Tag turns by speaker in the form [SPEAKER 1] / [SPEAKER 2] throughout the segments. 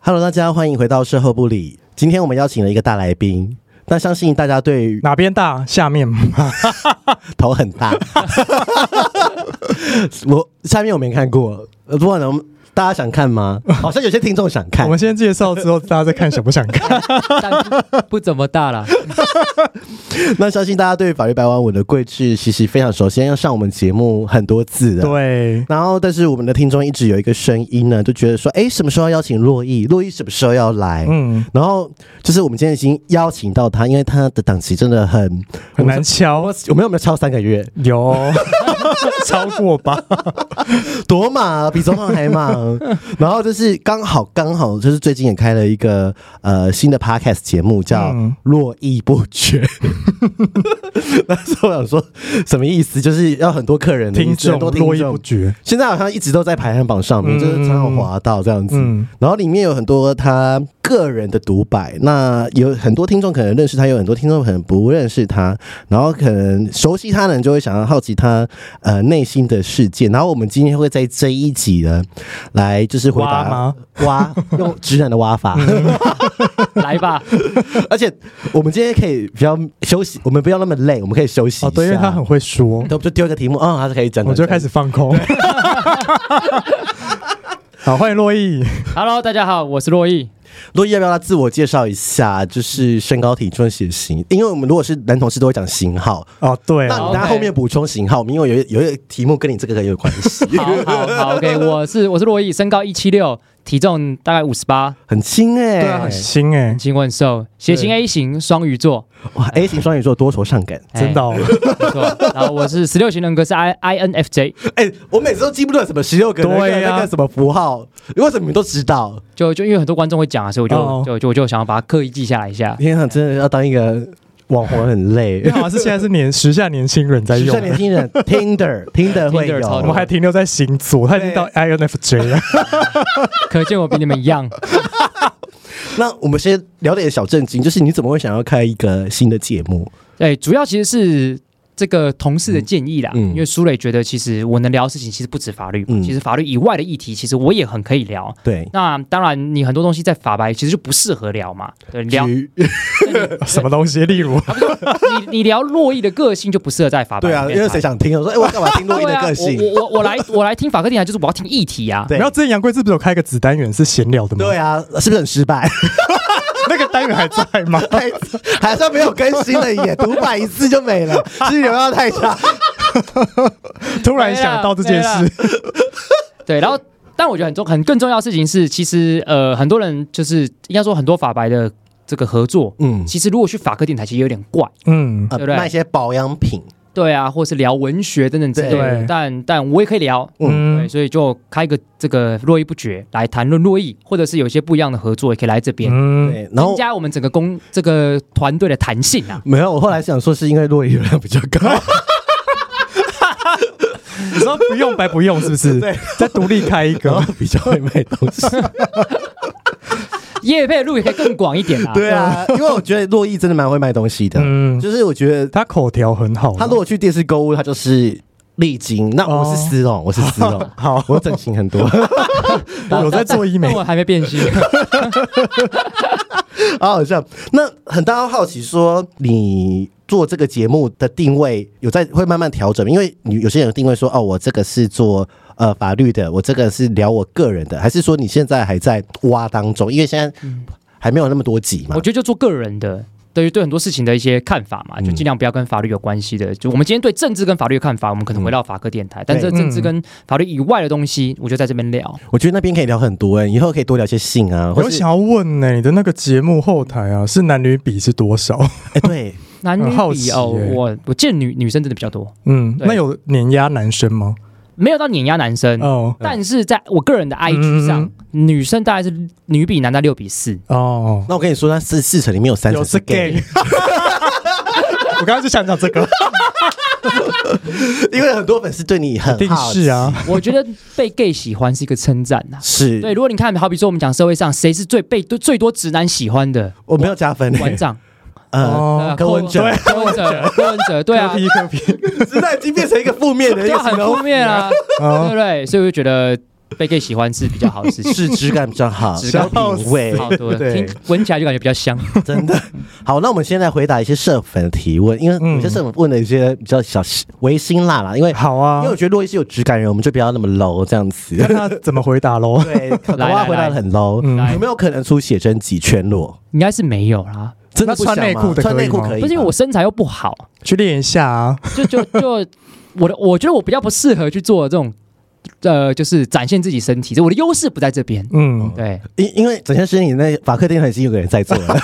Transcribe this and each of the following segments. [SPEAKER 1] Hello，大家欢迎回到社后部里。今天我们邀请了一个大来宾，那相信大家对于
[SPEAKER 2] 哪边大？下面吗？
[SPEAKER 1] 头很大， 我下面我没看过，呃不过呢，我们大家想看吗？好像有些听众想看
[SPEAKER 2] 我们。先介绍之后，大家再看想不想 看？
[SPEAKER 3] 但不怎么大啦。
[SPEAKER 1] 那相信大家对法律白话文的贵制其实非常熟悉，要上我们节目很多次的。。
[SPEAKER 2] 对，
[SPEAKER 1] 然后，但是我们的听众一直有一个声音呢，就觉得说，哎，什么时候要邀请洛毅？洛毅什么时候要来？
[SPEAKER 2] 嗯，
[SPEAKER 1] 然后就是我们今天已经邀请到他，因为他的档期真的很
[SPEAKER 2] 很难敲，
[SPEAKER 1] 我们有没有超三个月？
[SPEAKER 2] 有 超过 吧？
[SPEAKER 1] 多忙，比总统还忙。然后就是刚好刚好，就是最近也开了一个呃新的 podcast 节目，叫《
[SPEAKER 2] 嗯
[SPEAKER 1] 络绎不绝》。 那时候我想说什么意思？就是要很多客人的意思
[SPEAKER 2] 听众
[SPEAKER 1] 很多
[SPEAKER 2] 络
[SPEAKER 1] 听
[SPEAKER 2] 绎不
[SPEAKER 1] 众。
[SPEAKER 2] 绝。
[SPEAKER 1] 现在好像一直都在排行榜上面，
[SPEAKER 2] 嗯
[SPEAKER 1] 就是常常滑到这样子。
[SPEAKER 2] 嗯，
[SPEAKER 1] 然后里面有很多他个人的独白，那有很多听众可能认识他，有很多听众可能不认识他，然后可能熟悉他的人就会想要好奇他呃内心的世界。然后我们今天会在这一集呢，来就是回
[SPEAKER 2] 挖
[SPEAKER 1] 答
[SPEAKER 2] 吗？嗯
[SPEAKER 1] 挖用直男的挖法，
[SPEAKER 3] 来吧，
[SPEAKER 1] 而且我们今天可以比较休息，我们不要那么累，我们可以休息一下。
[SPEAKER 2] 哦，对，因为他很会说，
[SPEAKER 1] 对，我们就丢一个题目，嗯，他是可以讲的。
[SPEAKER 2] 我就开始放空。 好，欢迎洛毅。
[SPEAKER 3] Hello，大家好，我是洛 毅。
[SPEAKER 1] 洛伊要不要自我介绍一下？就是身高、体重、血型，因为我们如果是男同事都会讲型号，
[SPEAKER 2] 哦，对
[SPEAKER 1] 那
[SPEAKER 2] 啊，
[SPEAKER 1] 你大家
[SPEAKER 3] OK
[SPEAKER 1] 后面补充型号，因为有有一个题目跟你这个也有关系，
[SPEAKER 3] 好好好，OK，我是我是洛毅，身高一七六，体重大概五十八，
[SPEAKER 1] 很轻哎、
[SPEAKER 2] 对啊，很新哎
[SPEAKER 3] 很，轻我很瘦，血型 A 型，双鱼座，
[SPEAKER 1] 哇，A 型双鱼座多愁善感。
[SPEAKER 3] 哎
[SPEAKER 2] 真的哦。
[SPEAKER 3] 没错。然后我是十六型人格是 I I N F J，
[SPEAKER 1] 哎、我每次都记不住什么十六个人
[SPEAKER 2] 对啊
[SPEAKER 1] 那个什么符号，为什么你们都知道？
[SPEAKER 3] 就就因为很多观众会讲啊，所以我
[SPEAKER 2] 哦
[SPEAKER 3] 就就就我就想要把它刻意记下来一下。
[SPEAKER 1] 天啊，真的要当一个网红很 累
[SPEAKER 2] 因为。好啊像是现在是年时下年轻人在
[SPEAKER 1] 时
[SPEAKER 2] 用
[SPEAKER 1] 下，年轻人 Tinder Tinder 会有，
[SPEAKER 3] Tinder 超
[SPEAKER 2] 我
[SPEAKER 3] 多
[SPEAKER 2] 们还停留在星座，他已经到 INFJ 了。
[SPEAKER 3] 可见我比你们一样。
[SPEAKER 1] 那我们先聊点小正经，就是你怎么会想要开一个新的节目？
[SPEAKER 3] 对，哎主要其实是这个同事的建议啦，
[SPEAKER 1] 嗯嗯
[SPEAKER 3] 因为苏磊觉得其实我能聊的事情其实不止法律嘛，
[SPEAKER 1] 嗯
[SPEAKER 3] 其实法律以外的议题，其实我也很可以聊。
[SPEAKER 1] 对，
[SPEAKER 3] 那当然，你很多东西在法白其实就不适合聊嘛，对，聊
[SPEAKER 1] 举
[SPEAKER 2] 什么东西？例如，
[SPEAKER 3] 你你聊洛伊的个性就不适合在法白
[SPEAKER 1] 对啊，
[SPEAKER 3] 里
[SPEAKER 1] 因
[SPEAKER 3] 面
[SPEAKER 1] 为
[SPEAKER 3] 谈
[SPEAKER 1] 谁想听？我说，哎、我干嘛听洛伊
[SPEAKER 3] 对
[SPEAKER 1] 的
[SPEAKER 3] 啊
[SPEAKER 1] 个性？
[SPEAKER 3] 我我我 我来我来听法科电台，就是我要听议题啊。
[SPEAKER 1] 对
[SPEAKER 2] 然后之前杨贵志不是有开个子单元是闲聊的吗？
[SPEAKER 1] 对啊，是不是很失败？
[SPEAKER 2] 那个单元还在 吗？
[SPEAKER 1] 还 还算没有更新了耶，读版一次就没 了，是流量太 差。
[SPEAKER 2] 突然想到这件
[SPEAKER 3] 没
[SPEAKER 2] 事，
[SPEAKER 3] 对，然后但我觉得很重很更重要的事情是，其实呃很多人就是应该说很多法白的这个合作，
[SPEAKER 1] 嗯
[SPEAKER 3] 其实如果去法科电台其实有点怪。
[SPEAKER 2] 嗯，
[SPEAKER 1] 呃
[SPEAKER 3] 对不对
[SPEAKER 1] 卖一些保养品，
[SPEAKER 3] 对啊，或是聊文学等等之类的
[SPEAKER 2] 对，
[SPEAKER 3] 但但我也可以聊，
[SPEAKER 2] 嗯
[SPEAKER 3] 对，所以就开一个这个络绎不绝来谈论络绎，或者是有一些不一样的合作，也可以来这边、
[SPEAKER 2] 嗯，
[SPEAKER 1] 对，然后
[SPEAKER 3] 增。加我们整个工这个团队的弹性 啊。
[SPEAKER 1] 没有，我后来想说是因为洛伊流量比较高，
[SPEAKER 2] 你说不用白不用是不是？
[SPEAKER 1] 对，
[SPEAKER 2] 再独立开一
[SPEAKER 1] 然
[SPEAKER 2] 个，
[SPEAKER 1] 后比较会卖东西。
[SPEAKER 3] 业配的路也可以更广一点啊。
[SPEAKER 1] 对啊，因为我觉得洛伊真的蛮会卖东西的，
[SPEAKER 2] 嗯，
[SPEAKER 1] 就是我觉得
[SPEAKER 2] 他口条很好啦，，
[SPEAKER 1] 他如果去电视购物，他就是丽晶。那我是丝绒，我是丝 绒
[SPEAKER 2] 好
[SPEAKER 1] 我整形很多
[SPEAKER 3] 但，
[SPEAKER 2] 有在
[SPEAKER 3] 但
[SPEAKER 2] 做医美
[SPEAKER 3] 但我还没变心。
[SPEAKER 1] 好好笑。那很大家好奇说，你做这个节目的定位有在会慢慢调整吗，因为你有些人定位说，哦，我这个是做呃法律的，我这个是聊我个人的，还是说你现在还在挖当中？因为现在还没有那么多集嘛
[SPEAKER 3] 我。觉得就做个人的，对于对很多事情的一些看法嘛，就尽量不要跟法律有关系的。就我们今天对政治跟法律的看法，我们可能回到法科电台，但这
[SPEAKER 1] 对
[SPEAKER 3] 政治跟法律以外的东西，我就在这边聊。
[SPEAKER 1] 我觉得那边可以聊很多、欸，以后可以多聊些性啊，或
[SPEAKER 2] 我
[SPEAKER 1] 是
[SPEAKER 2] 想要问呢、你的那个节目后台啊，是男女比是多少？
[SPEAKER 1] 哎、对，
[SPEAKER 3] 男女
[SPEAKER 2] 很好
[SPEAKER 3] 比
[SPEAKER 2] 奇
[SPEAKER 3] 哦，
[SPEAKER 2] 耶
[SPEAKER 3] 我我见女女生真的比较多，
[SPEAKER 2] 嗯，
[SPEAKER 3] 对
[SPEAKER 2] 那有碾压男生吗？
[SPEAKER 3] 没有到碾压男
[SPEAKER 1] 嗯
[SPEAKER 3] 生。
[SPEAKER 2] 哦
[SPEAKER 3] 但是在我个人的 IG 上，女生大概是女比男大概六比四，
[SPEAKER 2] 哦，
[SPEAKER 1] 那我跟你说，那四四成里面有三成
[SPEAKER 2] 有
[SPEAKER 1] 是
[SPEAKER 2] 是
[SPEAKER 1] gay，
[SPEAKER 2] gay。我刚刚就想讲这个，
[SPEAKER 1] 因为很多粉丝对你很
[SPEAKER 2] 一定
[SPEAKER 1] 好奇
[SPEAKER 2] 是，啊，
[SPEAKER 3] 我觉得被 gay 喜欢是一个称赞啊呐。
[SPEAKER 1] 是
[SPEAKER 3] 对，如果你看，好比说我们讲社会上谁是最被最多直男喜欢的，
[SPEAKER 1] 我没有加分、
[SPEAKER 3] 馆
[SPEAKER 1] 欸，
[SPEAKER 3] 长、
[SPEAKER 1] 呃，
[SPEAKER 3] 呃
[SPEAKER 2] 哦，
[SPEAKER 1] 柯文哲
[SPEAKER 3] 对柯文哲、柯文哲，对啊
[SPEAKER 2] 科，比科比，
[SPEAKER 1] 现在已经变成一个负面的一
[SPEAKER 3] 对
[SPEAKER 1] 个
[SPEAKER 3] 啊，很
[SPEAKER 1] 形容
[SPEAKER 3] 负面啊，对
[SPEAKER 2] 哦
[SPEAKER 3] 不对？所以我就觉得被 gay 喜欢是比较好的事 情。
[SPEAKER 1] 是质感比较好，
[SPEAKER 3] 质感
[SPEAKER 1] 比品味
[SPEAKER 3] 好多
[SPEAKER 2] 对
[SPEAKER 3] 听闻起来就感觉比较香。
[SPEAKER 1] 真的好。那我们现在回答一些社粉的提问，因为有些社粉问的一些比较小违心辣啦，因为
[SPEAKER 2] 好啊
[SPEAKER 1] 因为我觉得洛伊是有质感的人，我们就不要那么 low 这样子。
[SPEAKER 2] 看他怎么回答喽。
[SPEAKER 1] 对，搞不
[SPEAKER 3] 来
[SPEAKER 1] 好
[SPEAKER 3] 来
[SPEAKER 1] 回答的很 low，
[SPEAKER 3] 来
[SPEAKER 1] 有没有可能出写真集全裸？
[SPEAKER 3] 应该是没有啦，
[SPEAKER 1] 真的
[SPEAKER 2] 那
[SPEAKER 1] 不想
[SPEAKER 2] 穿内
[SPEAKER 1] 吗
[SPEAKER 2] 裤的
[SPEAKER 1] 穿
[SPEAKER 2] 可以
[SPEAKER 1] 内裤
[SPEAKER 2] 吗
[SPEAKER 1] 可以吧，
[SPEAKER 3] 不是因为我身材又不好，
[SPEAKER 2] 去练一下啊，
[SPEAKER 3] 就就就我的，我觉得我比较不适合去做这种，呃，就是展现自己身体，这我的优势不在这边。
[SPEAKER 2] 嗯，
[SPEAKER 3] 对，
[SPEAKER 1] 因因为整件事情那法克丁很已经有个人在做了，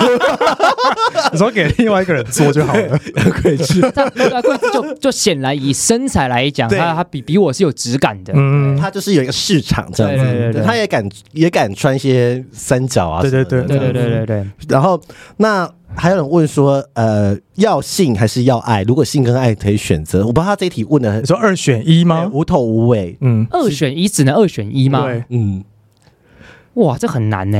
[SPEAKER 2] 你说给另外一个人做就好了。
[SPEAKER 1] 可以去。
[SPEAKER 3] 但但贵子就就显然以身材来讲，
[SPEAKER 1] 对
[SPEAKER 3] 他他比比我是有质感的。
[SPEAKER 2] 嗯，
[SPEAKER 1] 他就是有一个市场这样子，
[SPEAKER 3] 对对对对
[SPEAKER 1] 他也敢也敢穿一些三角啊什
[SPEAKER 2] 对
[SPEAKER 1] 么的
[SPEAKER 2] 对
[SPEAKER 1] 这样子，
[SPEAKER 3] 对对对对对，
[SPEAKER 1] 然后那还有人问说，呃，要性还是要爱？如果性跟爱可以选择，我不知道他这一题问的
[SPEAKER 2] 你说二选一吗？
[SPEAKER 1] 无头无尾，
[SPEAKER 2] 嗯，
[SPEAKER 3] 二选一只能二选一吗？
[SPEAKER 2] 对，
[SPEAKER 1] 嗯，
[SPEAKER 3] 哇，这很难呢。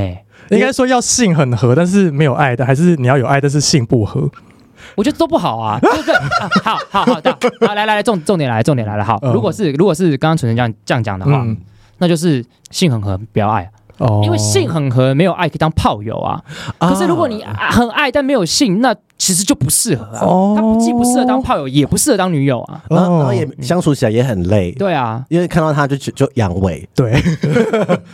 [SPEAKER 2] 应该说要性很合，但是没有爱的，还是你要有爱，但是性不合。
[SPEAKER 3] 我觉得都不好啊，对不对？啊好好好的，好来来来，重重点来了，重点来了。好，
[SPEAKER 2] 嗯
[SPEAKER 3] 如果是如果是刚刚纯纯这样这样讲的话，
[SPEAKER 2] 嗯，
[SPEAKER 3] 那就是性很合，不要爱，
[SPEAKER 2] 哦
[SPEAKER 3] 因为性很合没有爱可以当炮友啊。可是如果你啊很爱但没有性，那其实就不适合啊。
[SPEAKER 2] 哦
[SPEAKER 3] 他既不适合当炮友，也不适合当女友啊。
[SPEAKER 1] 然后然后
[SPEAKER 2] 哦，
[SPEAKER 1] 也相处起来也很累，
[SPEAKER 3] 对啊，
[SPEAKER 1] 因为看到他就就就阳痿
[SPEAKER 2] 对，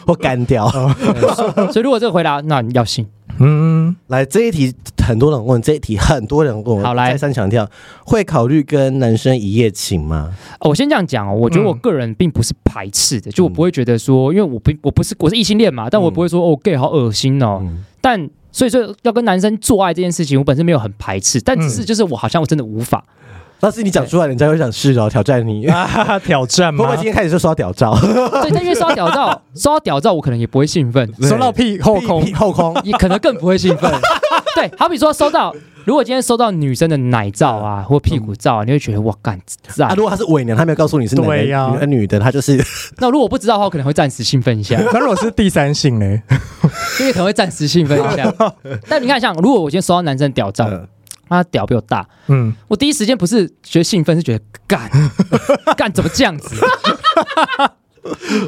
[SPEAKER 1] 或干掉。
[SPEAKER 2] 哦
[SPEAKER 3] 对所以如果这个回答，那你要性。
[SPEAKER 2] 嗯，
[SPEAKER 1] 来这一题很多人问，这一题很多人问，
[SPEAKER 3] 好来
[SPEAKER 1] 再三强调，会考虑跟男生一夜情吗？
[SPEAKER 3] 哦我先这样讲哦，我觉得我
[SPEAKER 1] 嗯
[SPEAKER 3] 个人并不是排斥的，就我不会觉得说，因为我不我不是我是异性恋嘛，但我不会说、哦 gay 好恶心哦。
[SPEAKER 1] 嗯
[SPEAKER 3] 但所以说要跟男生做爱这件事情，我本身没有很排斥，但只是
[SPEAKER 2] 嗯
[SPEAKER 3] 就是我好像我真的 无法。
[SPEAKER 1] 但是你讲出来，人家会想是哦，挑战你。会
[SPEAKER 2] 啊哈哈，挑 战
[SPEAKER 1] 不会
[SPEAKER 2] 吗
[SPEAKER 1] 今？天开始就刷屌照？
[SPEAKER 3] 对，但因为收到屌照，收到屌照我可能也不会兴 奋，
[SPEAKER 2] 收到屁后空
[SPEAKER 1] 屁，屁后空，
[SPEAKER 3] 也可能更不会 兴奋。对，好比说收到，如果今天收到女生的奶照啊，或屁股照啊，你会觉得哇干赞
[SPEAKER 1] 嗯啊，。如果他是伪娘，他没有告诉你是男的、
[SPEAKER 2] 对呀
[SPEAKER 1] 女的女的，他就是
[SPEAKER 3] 那如果我不知道的话，我可能会暂时兴奋一下，
[SPEAKER 2] 那如果是第三性呢？
[SPEAKER 3] 因为可能会暂时兴奋一 下。
[SPEAKER 2] 啊
[SPEAKER 3] 但你看，像如果我今天收到男生的屌照，
[SPEAKER 1] 嗯
[SPEAKER 3] 他屌比我大，
[SPEAKER 2] 嗯，
[SPEAKER 3] 我第一时间不是觉得兴奋，是觉得干 干怎么这样子，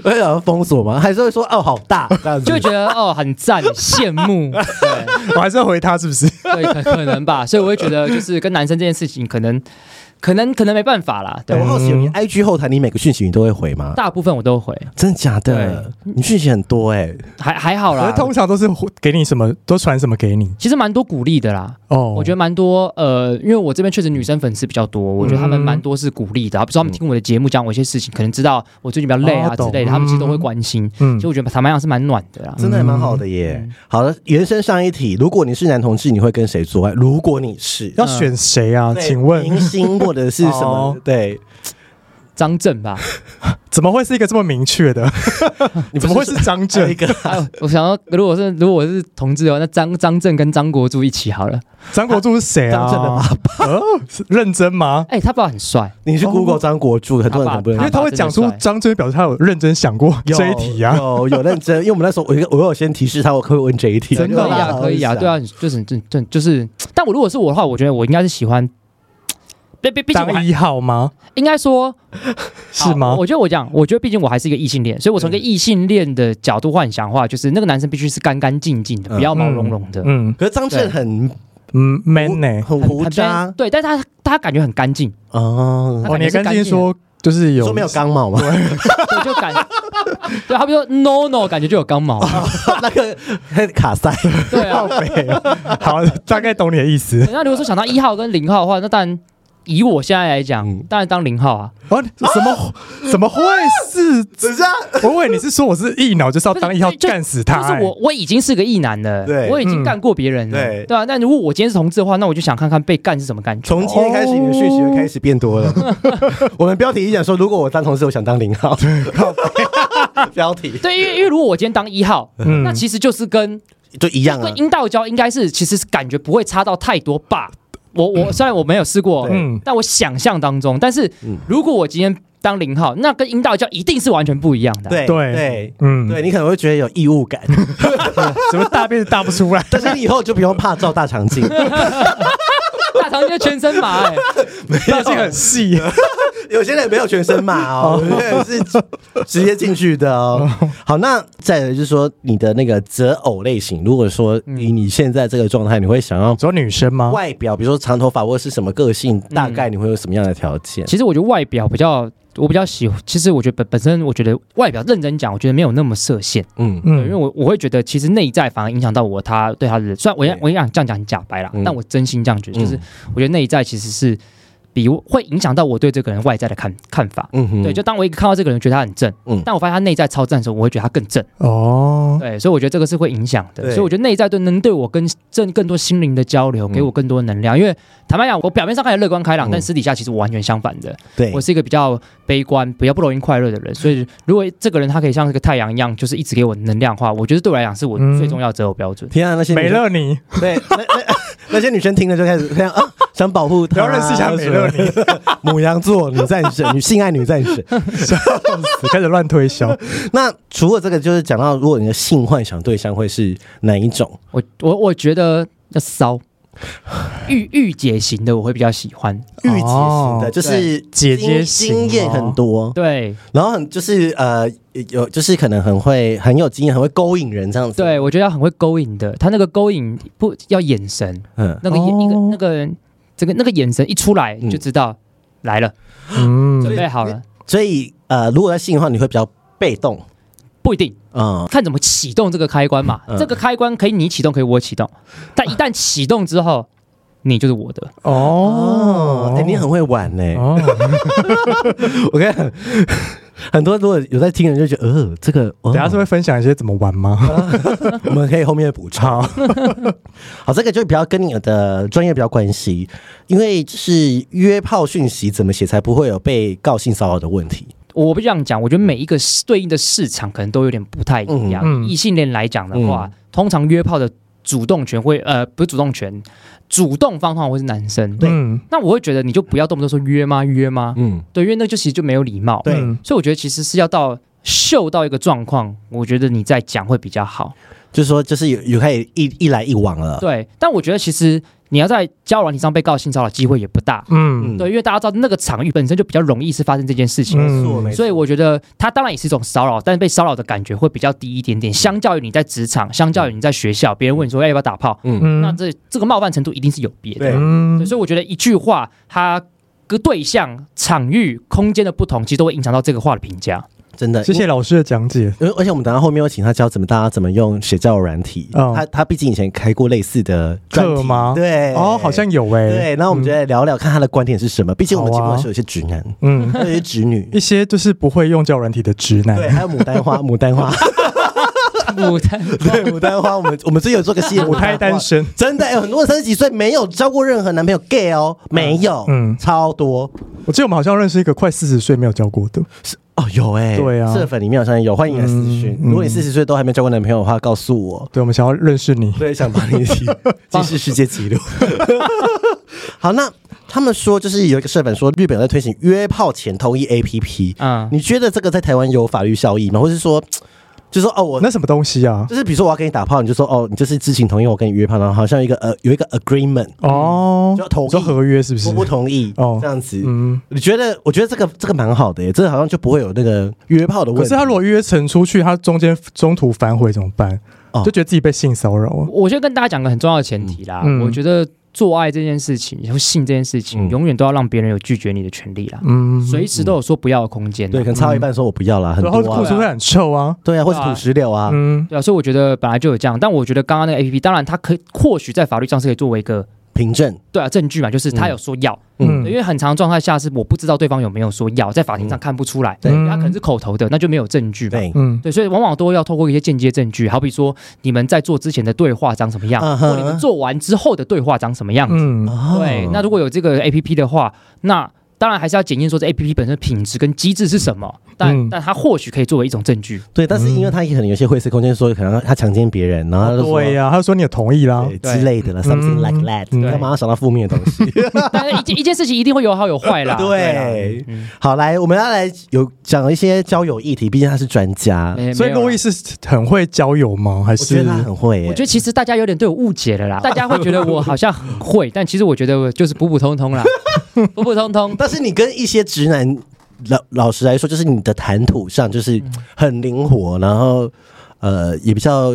[SPEAKER 1] 会有封锁吗？还是会说哦好大这样子？
[SPEAKER 3] 就会觉得哦很赞，羡慕。对。
[SPEAKER 2] 我还是要回他是不是？
[SPEAKER 3] 对，可可能吧，所以我会觉得就是跟男生这件事情，可能，可能，可能没办法啦。对，
[SPEAKER 2] 嗯
[SPEAKER 1] 我
[SPEAKER 3] 我
[SPEAKER 1] 好奇，你 IG 后台你每个讯息你都会回吗？
[SPEAKER 3] 大部分我都回，
[SPEAKER 1] 真的假的？你讯息很多哎、
[SPEAKER 3] 还还好
[SPEAKER 2] 可
[SPEAKER 3] 啦
[SPEAKER 2] 是。通常都是给你什么，都传什么给你
[SPEAKER 3] 其实蛮多鼓励的啦，
[SPEAKER 2] 哦。
[SPEAKER 3] 我觉得蛮多，呃，因为我这边确实女生粉丝比较
[SPEAKER 2] 嗯
[SPEAKER 3] 多，我觉得他们蛮多是鼓励的，啊比如说他们听我的节目，讲我一些事情，可能知道我最近比较累啊
[SPEAKER 2] 哦
[SPEAKER 3] 之
[SPEAKER 2] 懂
[SPEAKER 3] 类的，他们其实都会关心，
[SPEAKER 2] 嗯
[SPEAKER 3] 所以我觉得坦白讲是蛮暖的啦。
[SPEAKER 1] 真的还蛮好的耶。好了，延伸上一题，如果你是男同志，你会跟谁做爱？如果你是，
[SPEAKER 2] 要选谁啊？
[SPEAKER 1] 对
[SPEAKER 2] 请问
[SPEAKER 1] 明星或者是什么
[SPEAKER 2] 哦？
[SPEAKER 1] 对，
[SPEAKER 3] 张 震吧，
[SPEAKER 2] 怎么会是一个这么明确的？
[SPEAKER 1] 你
[SPEAKER 2] 怎么会是张
[SPEAKER 1] 这一
[SPEAKER 2] 震？
[SPEAKER 1] 个？
[SPEAKER 3] 哎呦我想要，如果是如果我是同志的话，那张张震跟张国柱一起好了。
[SPEAKER 2] 张国柱是谁啊？
[SPEAKER 1] 张震的
[SPEAKER 2] 爸爸？是认真吗？
[SPEAKER 3] 哎，他爸很帅，
[SPEAKER 1] 你
[SPEAKER 2] 哦
[SPEAKER 1] 是 Google 张国柱，很多人
[SPEAKER 3] 他爸
[SPEAKER 1] 很不
[SPEAKER 2] 因
[SPEAKER 1] 认
[SPEAKER 2] 为他会讲出张真，表示他有认真想过
[SPEAKER 1] 有
[SPEAKER 2] 啊这一题啊。
[SPEAKER 1] 有有认真，因为我们那时候我有我有先提示他，我可以问这一题，
[SPEAKER 2] 真的
[SPEAKER 3] 可以
[SPEAKER 2] 啊
[SPEAKER 3] 啊，可以啊，对啊，就是就就就是，但我如果是我的话，我觉得我应该是喜欢，毕毕毕竟我
[SPEAKER 2] 当
[SPEAKER 3] 还
[SPEAKER 2] 一号吗？
[SPEAKER 3] 应该说
[SPEAKER 2] 是
[SPEAKER 3] 好
[SPEAKER 2] 吗？嗯
[SPEAKER 3] 我觉得我讲，我觉得毕竟我还是一个异性恋，所以我从一个异性恋的角度幻想的话，就是那个男生必须是干干净净的，
[SPEAKER 1] 嗯
[SPEAKER 3] 不要毛茸茸的，
[SPEAKER 2] 嗯
[SPEAKER 1] 可是张震很
[SPEAKER 2] 嗯，man 呢、
[SPEAKER 1] 很
[SPEAKER 3] 很
[SPEAKER 1] 胡
[SPEAKER 3] 很
[SPEAKER 1] 渣
[SPEAKER 3] 对，但是他他感觉很干净，
[SPEAKER 1] 哦
[SPEAKER 3] 他，
[SPEAKER 2] 哦，
[SPEAKER 3] 感
[SPEAKER 2] 你
[SPEAKER 3] 觉
[SPEAKER 2] 也
[SPEAKER 3] 是
[SPEAKER 2] 干
[SPEAKER 3] 干
[SPEAKER 2] 净
[SPEAKER 3] 净的，
[SPEAKER 2] 说就是有
[SPEAKER 1] 说没有钢毛吗？
[SPEAKER 3] 对，就感，对，好比说 no no，感觉就有刚毛，
[SPEAKER 1] 那个很卡塞，
[SPEAKER 3] 对啊
[SPEAKER 2] 靠。北啊 好，大概懂你的意思。
[SPEAKER 3] 那如果说想到一号跟零号的话，那当然以我现在来
[SPEAKER 2] 嗯
[SPEAKER 3] 讲，当然当零号啊，
[SPEAKER 2] 哦，怎么怎么会是？
[SPEAKER 1] 等一下，
[SPEAKER 2] 我以为你是说我是一脑就是要当一号
[SPEAKER 3] 不是就
[SPEAKER 2] 干死他、哎
[SPEAKER 3] 就是我，我已经是个异男了，
[SPEAKER 1] 对
[SPEAKER 3] 我已经
[SPEAKER 2] 嗯
[SPEAKER 3] 干过别人了，
[SPEAKER 1] 对
[SPEAKER 3] 对啊。那如果我今天是同志的话，那我就想看看被干是什么感觉。
[SPEAKER 1] 从今天开始，你的讯息就开始变多了。 我们标题一讲说，如果我当同事，我想当零号。 标题
[SPEAKER 3] 对，因为因为如果我今天当一号，
[SPEAKER 2] 嗯
[SPEAKER 3] 那其实就是跟
[SPEAKER 1] 就一样啊
[SPEAKER 3] 跟，阴道交应该是其实是感觉不会差到太多吧。我
[SPEAKER 1] 嗯
[SPEAKER 3] 我虽然我没有试过，
[SPEAKER 2] 嗯
[SPEAKER 3] 但我想象当中，但是
[SPEAKER 1] 嗯
[SPEAKER 3] 如果我今天当零号，那跟阴道交一定是完全不一样的。
[SPEAKER 1] 对
[SPEAKER 2] 对
[SPEAKER 1] 对，
[SPEAKER 2] 嗯
[SPEAKER 1] 对你可能会觉得有异物感，？
[SPEAKER 2] 怎哎么大便大不出 来
[SPEAKER 1] 但是你以后就不用怕照大肠镜，
[SPEAKER 3] 大肠就全身麻、欸，
[SPEAKER 2] 大便很细，
[SPEAKER 1] 有些人没有全身码哦，有些人是直直接进去的哦。好，那再来就是说你的那个择偶类型，如果说以你现在这个状态，你会想要
[SPEAKER 2] 主要女生吗？
[SPEAKER 1] 外表，比如说长头发或者是什么个性，大概你会有什么样的条件？
[SPEAKER 3] 其实我觉得外表比较，我比较喜欢。其实我觉得本本身，我觉得外表认真讲，我觉得没有那么设限，
[SPEAKER 1] 嗯，
[SPEAKER 3] 对因为，我我会觉得其实内在反而影响到我他对他的。虽然我也
[SPEAKER 1] 对
[SPEAKER 3] 我也想这样讲很假白啦，
[SPEAKER 1] 嗯
[SPEAKER 3] 但我真心这样觉得，就是
[SPEAKER 1] 嗯
[SPEAKER 3] 我觉得内在其实是比我会影响到我对这个人外在的看看法。
[SPEAKER 1] 嗯哼
[SPEAKER 3] 对，就当我一看到这个人觉得他很正，
[SPEAKER 1] 嗯
[SPEAKER 3] 但我发现他内在超正的时候，我会觉得他更正。
[SPEAKER 2] 哦，
[SPEAKER 3] 对，所以我觉得这个是会影响的。
[SPEAKER 1] 对
[SPEAKER 3] 所以我觉得内在对能对我跟正更多心灵的交流，
[SPEAKER 1] 嗯
[SPEAKER 3] 给我更多能量。因为坦白讲，我表面上看起来乐观开朗，
[SPEAKER 1] 嗯
[SPEAKER 3] 但私底下其实我完全相反的。
[SPEAKER 1] 对
[SPEAKER 3] 我，是一个比较悲观、比较不容易快乐的人，所以如果这个人他可以像这个太阳一样，就是一直给我能量的话，我觉得对我来讲是我
[SPEAKER 2] 嗯
[SPEAKER 3] 最重要的择偶标准。
[SPEAKER 1] 天啊，那些女
[SPEAKER 2] 美
[SPEAKER 1] 生
[SPEAKER 2] 乐 你，
[SPEAKER 1] 对，那 那那些女生听了就开始这样啊，想保护她。
[SPEAKER 2] 不要认识一下美乐你，
[SPEAKER 1] 母羊座女战士，女性爱女战 士。
[SPEAKER 2] 笑死，开始乱推销。
[SPEAKER 1] 那除了这个，就是讲到如果你的性幻想对象会是哪一种？
[SPEAKER 3] 我我我觉得要骚。御御姐型的我会比较喜欢，
[SPEAKER 1] 御姐型的，
[SPEAKER 2] 哦
[SPEAKER 1] 就是
[SPEAKER 2] 姐姐型哦
[SPEAKER 1] 经经验很多，
[SPEAKER 3] 对
[SPEAKER 1] 然后很就是呃有就是可能很会很有经验，很会勾引人这样子。
[SPEAKER 3] 对，，我觉得要很会勾引的，他那个勾引不要眼神，
[SPEAKER 1] 嗯，
[SPEAKER 3] 那个眼、
[SPEAKER 2] 哦
[SPEAKER 3] 一个那个这个那个眼神一出来
[SPEAKER 1] 嗯
[SPEAKER 3] 就知道、来了，准
[SPEAKER 2] 嗯，
[SPEAKER 3] 备好了，
[SPEAKER 1] 所以呃，如果在性的话，你会比较被动
[SPEAKER 3] 不一定
[SPEAKER 1] 啊。
[SPEAKER 3] 看怎么启动这个开关嘛。
[SPEAKER 1] 嗯
[SPEAKER 3] 这个开关可以你启动，可以我 启动，但一旦启动之后，你就是我的。
[SPEAKER 1] 哦
[SPEAKER 2] 哦，，
[SPEAKER 1] 哎，你很嗯会玩呢。
[SPEAKER 2] 哦，
[SPEAKER 1] 我看 很多如果有在听的人就觉得，呃，这个哦
[SPEAKER 2] 等一下是会分享一些怎么玩
[SPEAKER 1] 啊
[SPEAKER 2] 吗？
[SPEAKER 1] 我们可以后面补充。
[SPEAKER 2] 好，
[SPEAKER 1] 好，这个就比较跟你的专业比较关系，因为就是约炮讯息怎么写才不会有被告性骚扰的问题。
[SPEAKER 3] 我不这样讲，我觉得每一个市对应的市场可能都有点不太一样。
[SPEAKER 2] 嗯嗯
[SPEAKER 3] 异性恋来讲的话，
[SPEAKER 1] 嗯
[SPEAKER 3] 通常约炮的主动权会呃不是主动权，主动方通常会是男生。
[SPEAKER 2] 嗯，
[SPEAKER 3] 那我会觉得你就不要动不动说约吗约吗，
[SPEAKER 1] 嗯，
[SPEAKER 3] 对，因为那就其实就没有礼貌。
[SPEAKER 1] 对
[SPEAKER 2] 嗯
[SPEAKER 3] 所以我觉得其实是要到秀到一个状况，我觉得你再讲会比较好。
[SPEAKER 1] 就是说，就是有有可以一一来一往了。
[SPEAKER 3] 对，但我觉得其实你要在交友软体上被告性骚扰机会也不大。
[SPEAKER 2] 嗯，
[SPEAKER 3] 对，因为大家知道那个场域本身就比较容易是发生这件事情，
[SPEAKER 2] 嗯
[SPEAKER 1] 没错，没错。
[SPEAKER 3] 所以我觉得它当然也是一种骚扰，但是被骚扰的感觉会比较低一点点，相较于你在职场，相较于你在学校，别人问你说哎要不要打炮，
[SPEAKER 1] 嗯，
[SPEAKER 2] 嗯
[SPEAKER 3] 那这这个冒犯程度一定是有别的。
[SPEAKER 1] 对
[SPEAKER 2] 嗯
[SPEAKER 3] 对，所以我觉得一句话，它跟对象、场域、空间的不同，其实都会影响到这个话的评价。
[SPEAKER 1] 真的
[SPEAKER 2] 谢谢。老师的讲解。
[SPEAKER 1] 因为而且我们等到后面会请他教怎么大家怎么用写教软体，
[SPEAKER 2] 哦
[SPEAKER 1] 他他毕竟以前开过类似的专题
[SPEAKER 2] 课吗
[SPEAKER 1] 对，
[SPEAKER 2] 哦，好像有诶。
[SPEAKER 1] 对。然后我们就来聊聊看他的观点是什么。毕竟我们节
[SPEAKER 2] 嗯好
[SPEAKER 1] 目
[SPEAKER 2] 啊
[SPEAKER 1] 是有一些直男，
[SPEAKER 2] 嗯，
[SPEAKER 1] 有一些直女，
[SPEAKER 2] 一些就是不会用交友软体的直
[SPEAKER 1] 对，
[SPEAKER 2] 男，
[SPEAKER 1] 还有牡丹花，牡丹花，
[SPEAKER 3] 牡丹
[SPEAKER 1] 对，牡丹花。我们我们最近有做个系列，
[SPEAKER 2] 母胎单身。
[SPEAKER 1] 真的、哎有很多人三十几岁没有交过任何男朋友，gay 哦，没有，嗯，
[SPEAKER 2] 嗯
[SPEAKER 1] 超多
[SPEAKER 2] 我记得我们好像认识一个快四十岁没有交过的，
[SPEAKER 1] 哦，有哎、
[SPEAKER 2] 对啊
[SPEAKER 1] 社粉里面好像有，欢迎来私讯。
[SPEAKER 2] 嗯嗯
[SPEAKER 1] 如果你四十岁都还没交过男朋友的话，告诉我，
[SPEAKER 2] 对，我们想要认识你。
[SPEAKER 1] 我也想帮 你一起进是世界纪录。 好，那他们说就是有一个社粉说，日本在推行约炮前同意 APP，
[SPEAKER 2] 啊
[SPEAKER 3] 嗯，
[SPEAKER 1] 你觉得这个在台湾有法律效益吗？或是说，就说哦，我
[SPEAKER 2] 那什么东西啊？
[SPEAKER 1] 就是比如说我要跟你打炮，你就说哦，你就是知情同意我跟你约炮，然后好像有一个呃有一个 agreement，
[SPEAKER 2] 哦
[SPEAKER 1] 就同意，
[SPEAKER 2] 说合约是不是
[SPEAKER 1] 我？不同意
[SPEAKER 2] 哦
[SPEAKER 1] 这样子。
[SPEAKER 2] 嗯，
[SPEAKER 1] 你觉得？我觉得这个这个蛮好的耶，这个好像就不会有那个约炮的问
[SPEAKER 2] 可
[SPEAKER 1] 题。
[SPEAKER 2] 是他如果约成出去，他中间中途反悔怎么办
[SPEAKER 1] 哦？
[SPEAKER 2] 就觉得自己被性骚扰啊。
[SPEAKER 3] 我先跟大家讲个很重要的前提啦，
[SPEAKER 2] 嗯嗯
[SPEAKER 3] 我觉得做爱这件事情，然后性这件事情，
[SPEAKER 1] 嗯
[SPEAKER 3] 永远都要让别人有拒绝你的权利啦，
[SPEAKER 2] 嗯，
[SPEAKER 3] 随时都有说不要的空间啦。啊
[SPEAKER 1] 对，可能差到一半说我不要啦，很
[SPEAKER 2] 然后
[SPEAKER 1] 多
[SPEAKER 2] 裤
[SPEAKER 1] 啊，
[SPEAKER 2] 子会很臭啊。
[SPEAKER 1] 对啊，或是土石榴啊，
[SPEAKER 2] 嗯，
[SPEAKER 3] 对啊，所以我觉得本来就有这样，但我觉得刚刚那个 A P P，当然它可或许在法律上是可以作为一个
[SPEAKER 1] 凭证，
[SPEAKER 3] 对啊证据嘛，就是他有说要，
[SPEAKER 1] 嗯
[SPEAKER 2] 嗯
[SPEAKER 3] 对因为很长状态下是我不知道对方有没有说要，在法庭上看不出来，
[SPEAKER 1] 对
[SPEAKER 3] 因为他可能是口头的，那就没有证据嘛。
[SPEAKER 1] 对，
[SPEAKER 2] 嗯，
[SPEAKER 3] 对，所以往往都要透过一些间接证据，好比说你们在做之前的对话长什么样，
[SPEAKER 1] 嗯
[SPEAKER 3] 或你们
[SPEAKER 1] 哼，
[SPEAKER 3] 做完之后的对话长什么样子。
[SPEAKER 2] 嗯，
[SPEAKER 1] 哦
[SPEAKER 3] 对，那如果有这个 A P P 的话，那当然还是要检验说这 A P P 本身的品质跟机制是什么。但、
[SPEAKER 2] 嗯
[SPEAKER 3] 但它或许可以作为一种证据。
[SPEAKER 1] 对，但是因为他也可能有些灰色空间，说可能他强奸别人，然后他就说
[SPEAKER 2] 对呀、他就说你有同意啦，
[SPEAKER 1] 对之类的了，something like that，
[SPEAKER 2] 嗯
[SPEAKER 1] 你干嘛要想到负面的东西？
[SPEAKER 3] 但是一件一件事情一定会有好有坏啦。啦
[SPEAKER 1] 啊
[SPEAKER 3] 嗯
[SPEAKER 1] 对，好来，我们要来有讲一些交友议题，毕竟他是专家，
[SPEAKER 3] 没
[SPEAKER 2] 所以
[SPEAKER 3] 没有啦
[SPEAKER 2] 路易是很会交友吗？还
[SPEAKER 1] 啊我觉
[SPEAKER 2] 是
[SPEAKER 1] 得他很会耶。
[SPEAKER 3] 我觉得其实大家有点对我误解了啦，大家会觉得我好像很会，但其实我觉得我就是普普通通啦，普普通通。
[SPEAKER 1] 但是你跟一些直男老老实来说，就是你的谈吐上就是
[SPEAKER 3] 嗯
[SPEAKER 1] 很灵活，然后呃也比较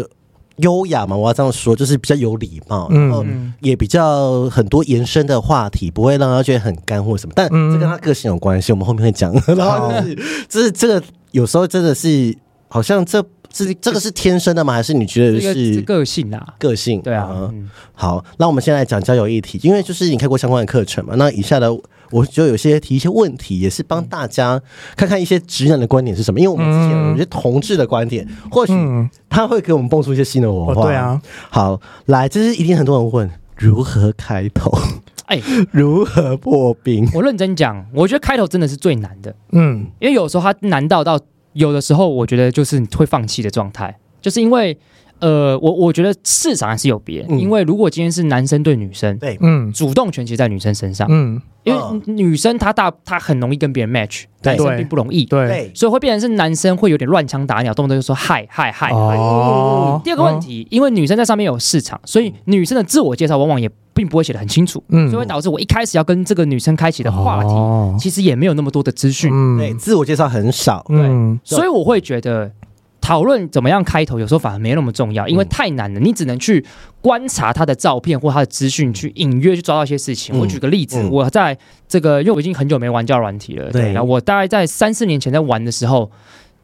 [SPEAKER 1] 优雅嘛，我要这样说，就是比较有礼貌，
[SPEAKER 2] 嗯
[SPEAKER 1] 然后也比较很多延伸的话题，不会让他觉得很干或什么。但
[SPEAKER 2] 嗯
[SPEAKER 1] 这跟他个性有关系，我们后面会讲。然后就是，就是这个有时候真的是好像这这这个是天生的吗？还是你觉得
[SPEAKER 3] 这个这
[SPEAKER 1] 是？
[SPEAKER 3] 个性啦，
[SPEAKER 1] 个性
[SPEAKER 3] 对啊，
[SPEAKER 1] 嗯
[SPEAKER 3] 嗯
[SPEAKER 1] 好，那我们先来讲交友议题，因为就是你开过相关的课程嘛。那以下的我就有些提一些问题，也是帮大家看看一些直男的观点是什么，因为我们之前
[SPEAKER 2] 嗯
[SPEAKER 1] 有一些同志的观点，或许
[SPEAKER 2] 嗯，
[SPEAKER 1] 他会给我们蹦出一些新的文化。
[SPEAKER 2] 哦，对，啊，
[SPEAKER 1] 好，来，这是一定很多人问。如何开 头？
[SPEAKER 3] 哎，
[SPEAKER 1] 如何破冰？
[SPEAKER 3] 我认真讲，我觉得开头真的是最难的，
[SPEAKER 2] 嗯，
[SPEAKER 3] 因为有时候它难到到有的时候，我觉得就是你会放弃的状态，就是因为呃，我我觉得市场还是有别，
[SPEAKER 1] 嗯
[SPEAKER 3] 因为如果今天是男生对女生，
[SPEAKER 1] 对，
[SPEAKER 2] 嗯，
[SPEAKER 3] 主动权其实在女生身上，
[SPEAKER 2] 嗯，
[SPEAKER 3] 因
[SPEAKER 1] 嗯
[SPEAKER 3] 为女生她大她很容易跟别人 match，
[SPEAKER 1] 对
[SPEAKER 3] 男生并不容易，
[SPEAKER 2] 对，
[SPEAKER 1] 对，
[SPEAKER 3] 所以会变成是男生会有点乱枪打鸟，动不动就说嗨嗨嗨。
[SPEAKER 1] 哎
[SPEAKER 3] 嗨
[SPEAKER 2] 哦
[SPEAKER 3] 第二个问，题，因为女生在上面有市场，所以女生的自我介绍往往也并不会写得很清楚，
[SPEAKER 2] 嗯
[SPEAKER 3] 所以会导致我一开始要跟这个女生开启的话题，
[SPEAKER 2] 哦
[SPEAKER 3] 其实也没有那么多的资讯，
[SPEAKER 2] 嗯
[SPEAKER 1] 对，自我介绍很少。
[SPEAKER 2] 嗯，
[SPEAKER 3] 所以我会觉得。讨论怎么样开头，有时候反而没那么重要，因为
[SPEAKER 1] 嗯
[SPEAKER 3] 太难了。你只能去观察她的照片或她的资讯，去隐约去抓到一些事情。
[SPEAKER 1] 嗯
[SPEAKER 3] 我举个例子，
[SPEAKER 1] 嗯
[SPEAKER 3] 我在这个，因为我已经很久没玩交友软体了，
[SPEAKER 1] 对
[SPEAKER 3] 对，然后我大概在三四年前在玩的时候，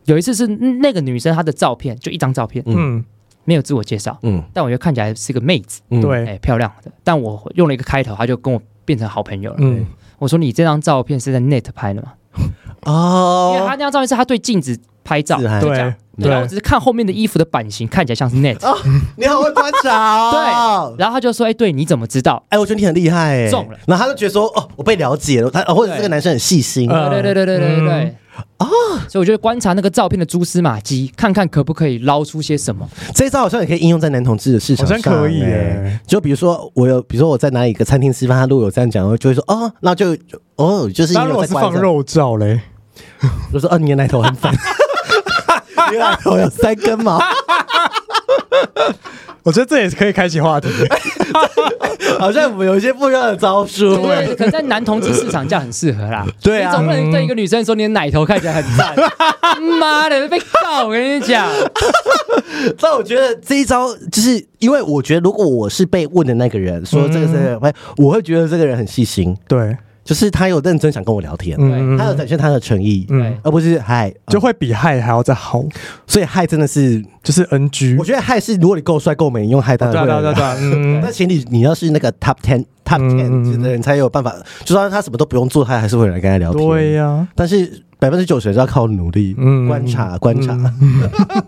[SPEAKER 3] 有一次是那个女生她的照片，就一张照片，
[SPEAKER 2] 嗯，
[SPEAKER 3] 没有自我介绍，
[SPEAKER 1] 嗯，
[SPEAKER 3] 但我觉得看起来是个妹子，
[SPEAKER 1] 嗯，
[SPEAKER 3] 哎、
[SPEAKER 2] 对，
[SPEAKER 3] 漂亮的。但我用了一个开头，她就跟我变成好朋友了。
[SPEAKER 2] 嗯，
[SPEAKER 3] 我说你这张照片是在 net 拍的吗？因为她
[SPEAKER 1] 哦
[SPEAKER 3] 那，张照片是她对镜子拍照，
[SPEAKER 1] 自嗨
[SPEAKER 3] 就这样
[SPEAKER 2] 对，
[SPEAKER 3] 对，然后我只是看后面的衣服的版型看起来像是 net，、
[SPEAKER 1] 哦你好会观察 哦。
[SPEAKER 3] 对，然后她就说，哎、对，你怎么知道？
[SPEAKER 1] 哎，我觉得你很厉害哎。
[SPEAKER 3] 中了
[SPEAKER 1] 然后他就觉得说，哦，我被了解了，他哦或者是这个
[SPEAKER 3] 对
[SPEAKER 1] 男生很细心。
[SPEAKER 2] 嗯
[SPEAKER 3] 对对对对对对
[SPEAKER 1] 嗯
[SPEAKER 3] 对。哦，所以我就观察那个照片的蛛丝马迹，看看可不可以捞出些什么。
[SPEAKER 1] 这一招好像也可以应用在男同志的市场上、
[SPEAKER 2] 好像可以
[SPEAKER 1] 欸
[SPEAKER 2] 耶
[SPEAKER 1] 就比如说，我有，比如说我在哪里一个餐厅吃饭，他如果有这样讲，我就会说哦，那就就哦，就是
[SPEAKER 2] 那如
[SPEAKER 1] 因
[SPEAKER 2] 果
[SPEAKER 1] 为
[SPEAKER 2] 是
[SPEAKER 1] 在观察
[SPEAKER 2] 放，肉照嘞，
[SPEAKER 1] 我就说哦，你的奶头很 粉，你的奶头有三根毛，
[SPEAKER 2] 我觉得这也是可以开启话题，
[SPEAKER 1] 好像我们有一些不一样的招数。
[SPEAKER 3] 对，可能在男同志市场这样很适合啦。
[SPEAKER 1] 对
[SPEAKER 3] 你总
[SPEAKER 1] 啊，
[SPEAKER 3] 不能对一个女生说你的奶头看起来很 赞，妈的被告！我跟你讲，
[SPEAKER 1] 但我觉得这一招就是因为我觉得，如果我是被问的那个人，说这个
[SPEAKER 2] 嗯
[SPEAKER 1] 是，我会觉得这个人很细心，
[SPEAKER 2] 对，
[SPEAKER 1] 就是他有认真想跟我聊天，
[SPEAKER 2] 嗯，
[SPEAKER 1] 他有展现他的诚意，
[SPEAKER 3] 对
[SPEAKER 1] 而不是嗨。
[SPEAKER 2] 就会比害还要再好，
[SPEAKER 1] 所以嗨真的是，
[SPEAKER 2] 就是 NG，
[SPEAKER 1] 我觉得嗨是如果你够帅够美，你用嗨当
[SPEAKER 2] 对啊
[SPEAKER 1] 然
[SPEAKER 2] 对
[SPEAKER 1] 会
[SPEAKER 2] 啊对啊对啊，嗯
[SPEAKER 1] 那，前提你要是那个 top ten top
[SPEAKER 2] 嗯
[SPEAKER 1] ten 的人才有办法，就算他什么都不用做，他还是会有人跟他聊天。
[SPEAKER 2] 对啊呀，
[SPEAKER 1] 但是百分之九十是要靠努力、
[SPEAKER 2] 嗯
[SPEAKER 1] 观察、观察。